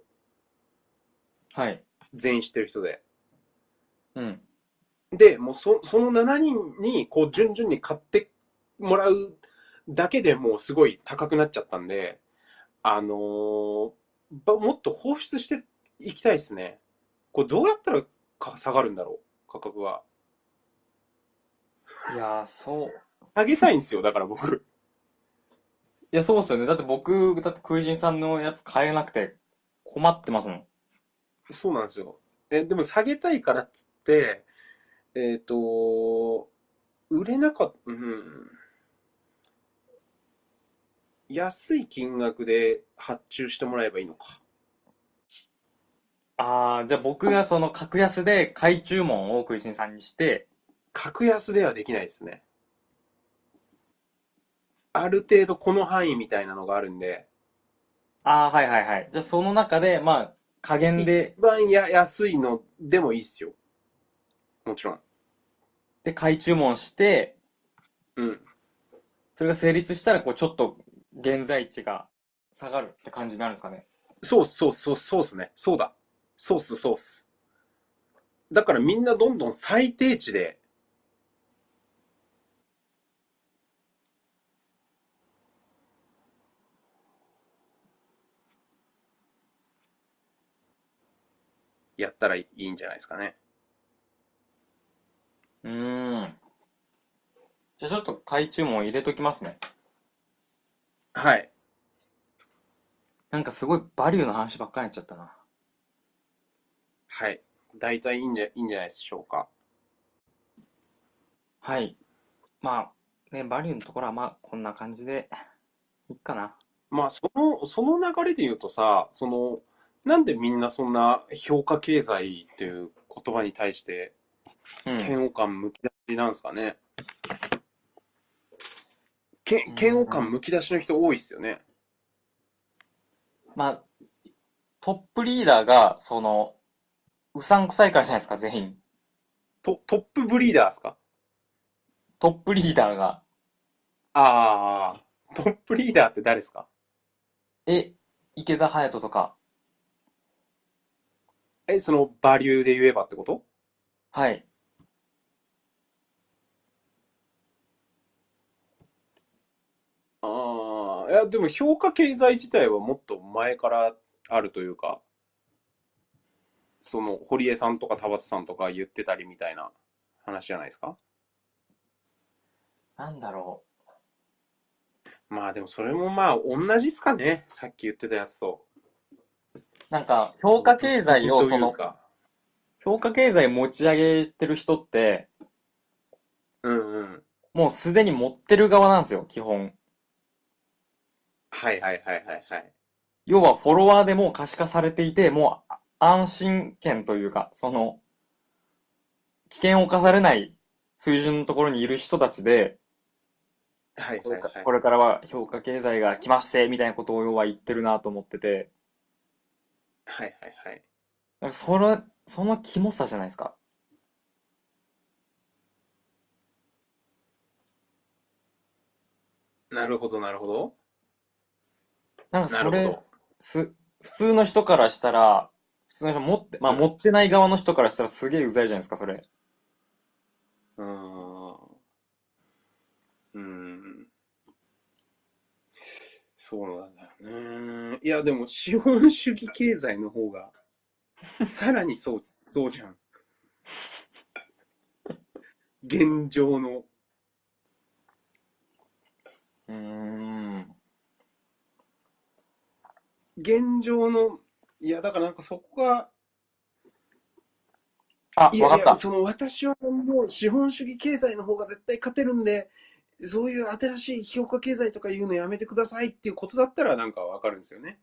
はい。
全員知ってる人で。
うん。
で、もうそ、その7人に、こう、順々に買ってもらうだけでもうすごい高くなっちゃったんで、あのーばもっと放出していきたいですね。これどうやったらか下がるんだろう、価格は。
いやー、そう。
上げたいんですよ、だから僕。
いや、そうっすよね。だって僕、だって空人さんのやつ買えなくて困ってますもん。
そうなんですよ。え、でも下げたいからっつって、えっ、と、売れなかった、うん。安い金額で発注してもらえばいいのか。
ああ、じゃあ僕がその格安で買い注文を空人さんにして、
格安ではできないですね。ある程度この範囲みたいなのがあるんで、
ああ、はいはいはい。じゃあその中で、まあ、加減で、
一番や安いのでもいいっすよ。もちろん。
で買い注文して、
うん。
それが成立したら、こう、ちょっと現在地が下がるって感じになるんですかね。
そうっすそうっすそうっすそうっすね。そうだ。そうっすそうっす。だからみんなどんどん最低値でやったらいいんじゃないですかね。
うーん。じゃあちょっと買い注文入れときますね。
はい。
なんかすごいバリューの話ばっかりになっちゃったな。
はい。大体いいんじゃ、いいんじゃないでしょうか。
はい。まあ、ね、バリューのところはまあこんな感じで、いっかな。
まあ、その、その流れで言うとさ、その、なんでみんなそんな評価経済っていう言葉に対して
うん。
嫌悪感むき出しなんですかね。け
うん
嫌悪感むき出しの人多いっすよね。
まあ、トップリーダーが、その、うさんくさいからじゃないですか、全員。
トトップブリーダーっすか
トップリーダーが。
ああ、トップリーダーって誰ですか
え、池田隼人とか。
え、そのバリューで言えばってこと
はい。
ああ、いや、でも評価経済自体はもっと前からあるというか、その堀江さんとか田畑さんとか言ってたりみたいな話じゃないですか。
なんだろ
まあでもそれもまあ同じっすかね。さっき言ってたやつと。
う。なんか、評価経済を、
と
そ
いう
の、
か。
評価経済持ち上げてる人って、
うんうん。
もうすでに持ってる側なんですよ、基本。
はいはいはいはいはい。
要はフォロワーでもう可視化されていて、もう安心圏というか、その、危険を冒されない水準のところにいる人たちで、
はい
こ
は
れ
い
か
はい
こ。れからは評価経済が来ますせみたいなことを要は言ってるなと思ってて、
はいはいはい。
なんかその、そのキモさじゃないですか。
なるほどなるほど。
なんか
な
そ
る
れ
ほど。
す、普通の人からしたら、普通の人持って、まあ
うん
持ってない側の人からしたらすげえうざいじゃないですか、それ。
うーんうーんそうなんだよね。いや、でも資本主義経済の方が、さらにそう、そうじゃん。現状の。
うーん。
現状の、いや、だからなんかそこが、
あ、
い
わ
やい
かっ
や、
た。
その私はもう資本主義経済の方が絶対勝てるんで、そういう新しい評価経済とかいうのやめてくださいっていうことだったらなんかわかるんですよね。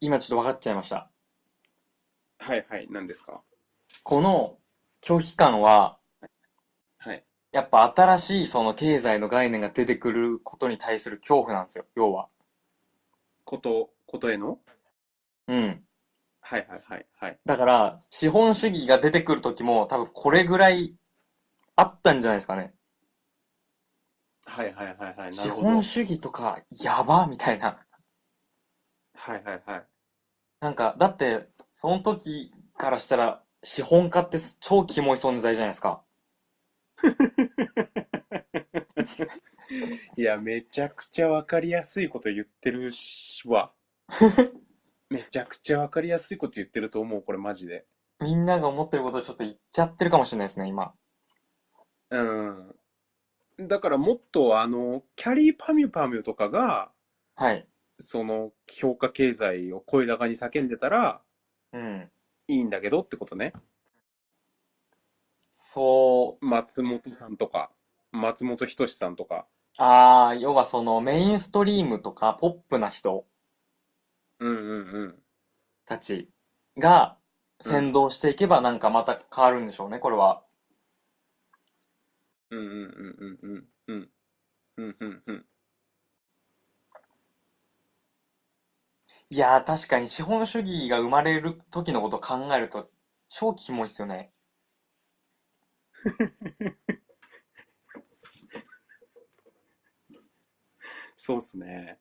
今ちょっとわかっちゃいました。
はいはい、何ですか
この拒否感は、
はい。
やっぱ新しいその経済の概念が出てくることに対する恐怖なんですよ、要は。
こと、ことへの
うん。
はいはいはいはい。
だから、資本主義が出てくる時も多分これぐらいあったんじゃないですかね。
はいはいはいはい。な
資
るほど。
本主義とかやばみたいな。
はいはいはい。
なんか、だって、その時からしたら、資本家って超キモい存在じゃないですか。
いや、めちゃくちゃわかりやすいこと言ってるしわ。 めちゃくちゃわかりやすいこと言ってると思う、これマジで。
みんなが思ってることをちょっと言っちゃってるかもしれないですね、今。
うん。だからもっとあの、キャリーパミュパミュとかが、
はい。
その評価経済を声高に叫んでたら
うん。
いいんだけどってことね。
そ
松本さんとか、松本人志さんとか。
う。ああ、要はそのメインストリームとかポップな人
うんうんうん。
たちが先導していけばなんかまた変わるんでしょうね、これは。
うんうんうんうんうんうんうんうんうん
いやー確かに資本主義が生まれる時のことを考えると超キモいっすよね。
そうっすね。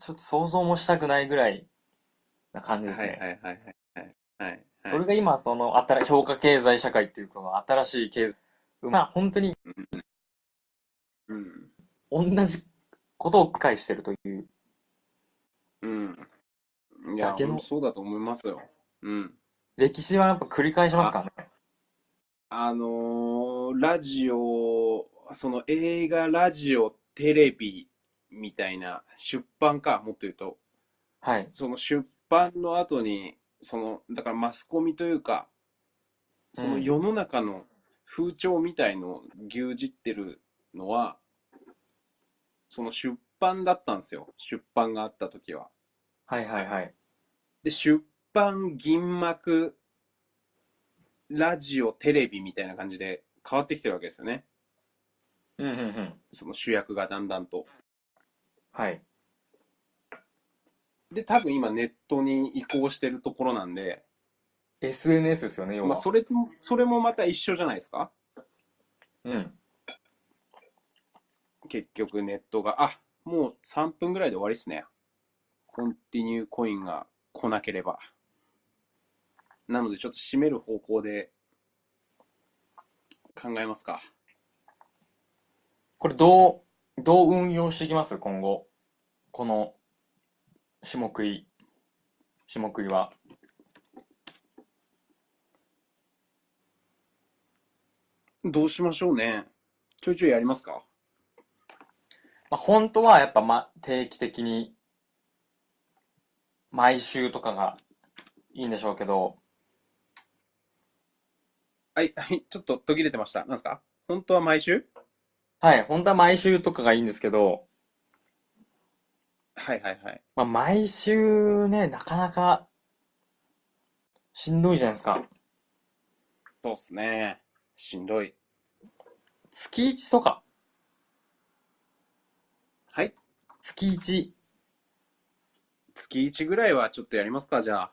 ちょっと想像もしたくないぐらいな感じ
は
で
い
す
はい
ね。
はいはいはいはいはい。
それが今その新評価経済社会っていうこの新しい経済、まあ本当に
うん
同じことを繰り返してるという。
うんいや、
だけの
本当そうだと思いますよ。うん。
歴史はやっぱ繰り返しますからね。
あのーラジオ、その映画、ラジオ、テレビみたいな出版か、もっと言うと、
はい。
その出版の後に、その、だからマスコミというか、その
うん
世の中の風潮みたいのを牛耳ってるのは、その出版だったんですよ。出版があった時は。
はいはいはい。
で、出版、銀幕、ラジオ、テレビみたいな感じで変わってきてるわけですよね。
うんうんうん。
その主役がだんだんと。
はい。
で、多分今ネットに移行してるところなんで、
SNS ですよね、要
まあ
は。
それも、それもまた一緒じゃないですか
うん。
結局ネットが。あ、もう3分ぐらいで終わりですね。コンティニューコインが来なければ。なのでちょっと締める方向で考えますか。
これどう、どう運用していきます今後。この、下食い、下食いは。
どうしましょうね。ちょいちょいやりますか
まあ、本当はやっぱ、ま、定期的に、毎週とかがいいんでしょうけど、
はい、はい、ちょっと途切れてました。なんですか本当は毎週
はい、本当は毎週とかがいいんですけど、
はいはいはい。
まあ、毎週ね、なかなか、しんどいじゃないですか。
そうっすね。しんどい。
月1とか、
はい。
月1、
月1ぐらいはちょっとやりますか、じゃあ。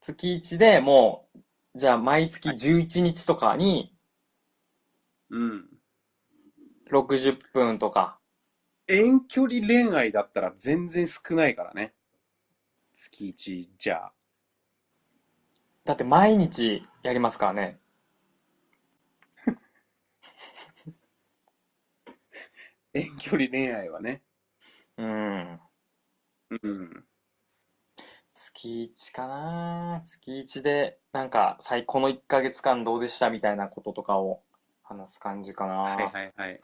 月1でもう、じゃあ毎月11日とかに
うん。
60分とか、
遠距離恋愛だったら全然少ないからね。月1じゃあ。
だって毎日やりますからね。
遠距離恋愛はね。
うん。
うん。
月1かな月1で、なんか、最高の1ヶ月間どうでしたみたいなこととかを話す感じかな。
はいはいはい。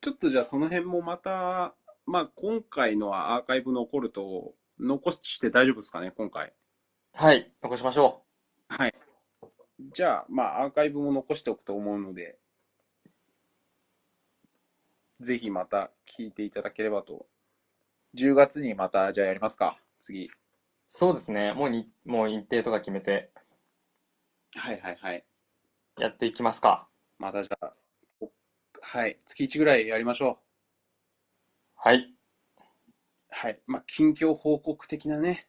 ちょっとじゃあその辺もまた、まあ今回のはアーカイブ残ると、残して大丈夫ですかね、今回。
はい、残しましょ
はい。じゃあ、まあアーカイブも残しておくと思うので、ぜひまた聞いていただければと。10月にまたじゃあやりますか、次。
う。そうですね。もうに、もう日程とか決めて
はいはいはい。
やっていきますか。
またじゃあ、おはい、月1ぐらいやりましょ
はい。
う。はい。まあ、近況報告的なね。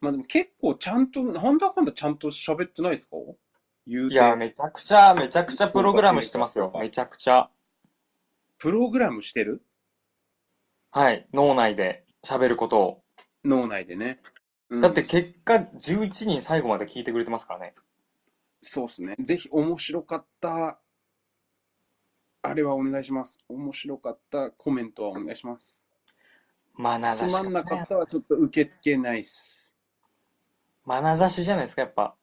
まあでも結構ちゃんと、なんだかんだちゃんと喋ってないですか言う
いや、
て、
めちゃくちゃ、めちゃくちゃプログラムしてますよ。めちゃくちゃ。
プログラムしてる
はい。脳内で喋ることを。
脳内でね。うん
だって、結果、11人最後まで聞いてくれてますからね。
そうですね。ぜひ面白かった、あれはお願いします。面白かったコメントはお願いします。
まな
つ
ざし
まんなかったはちょっと受け付けないっす。
眼差しじゃないですか、やっぱ。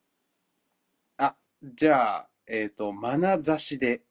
じゃあ、えっと、まなざしで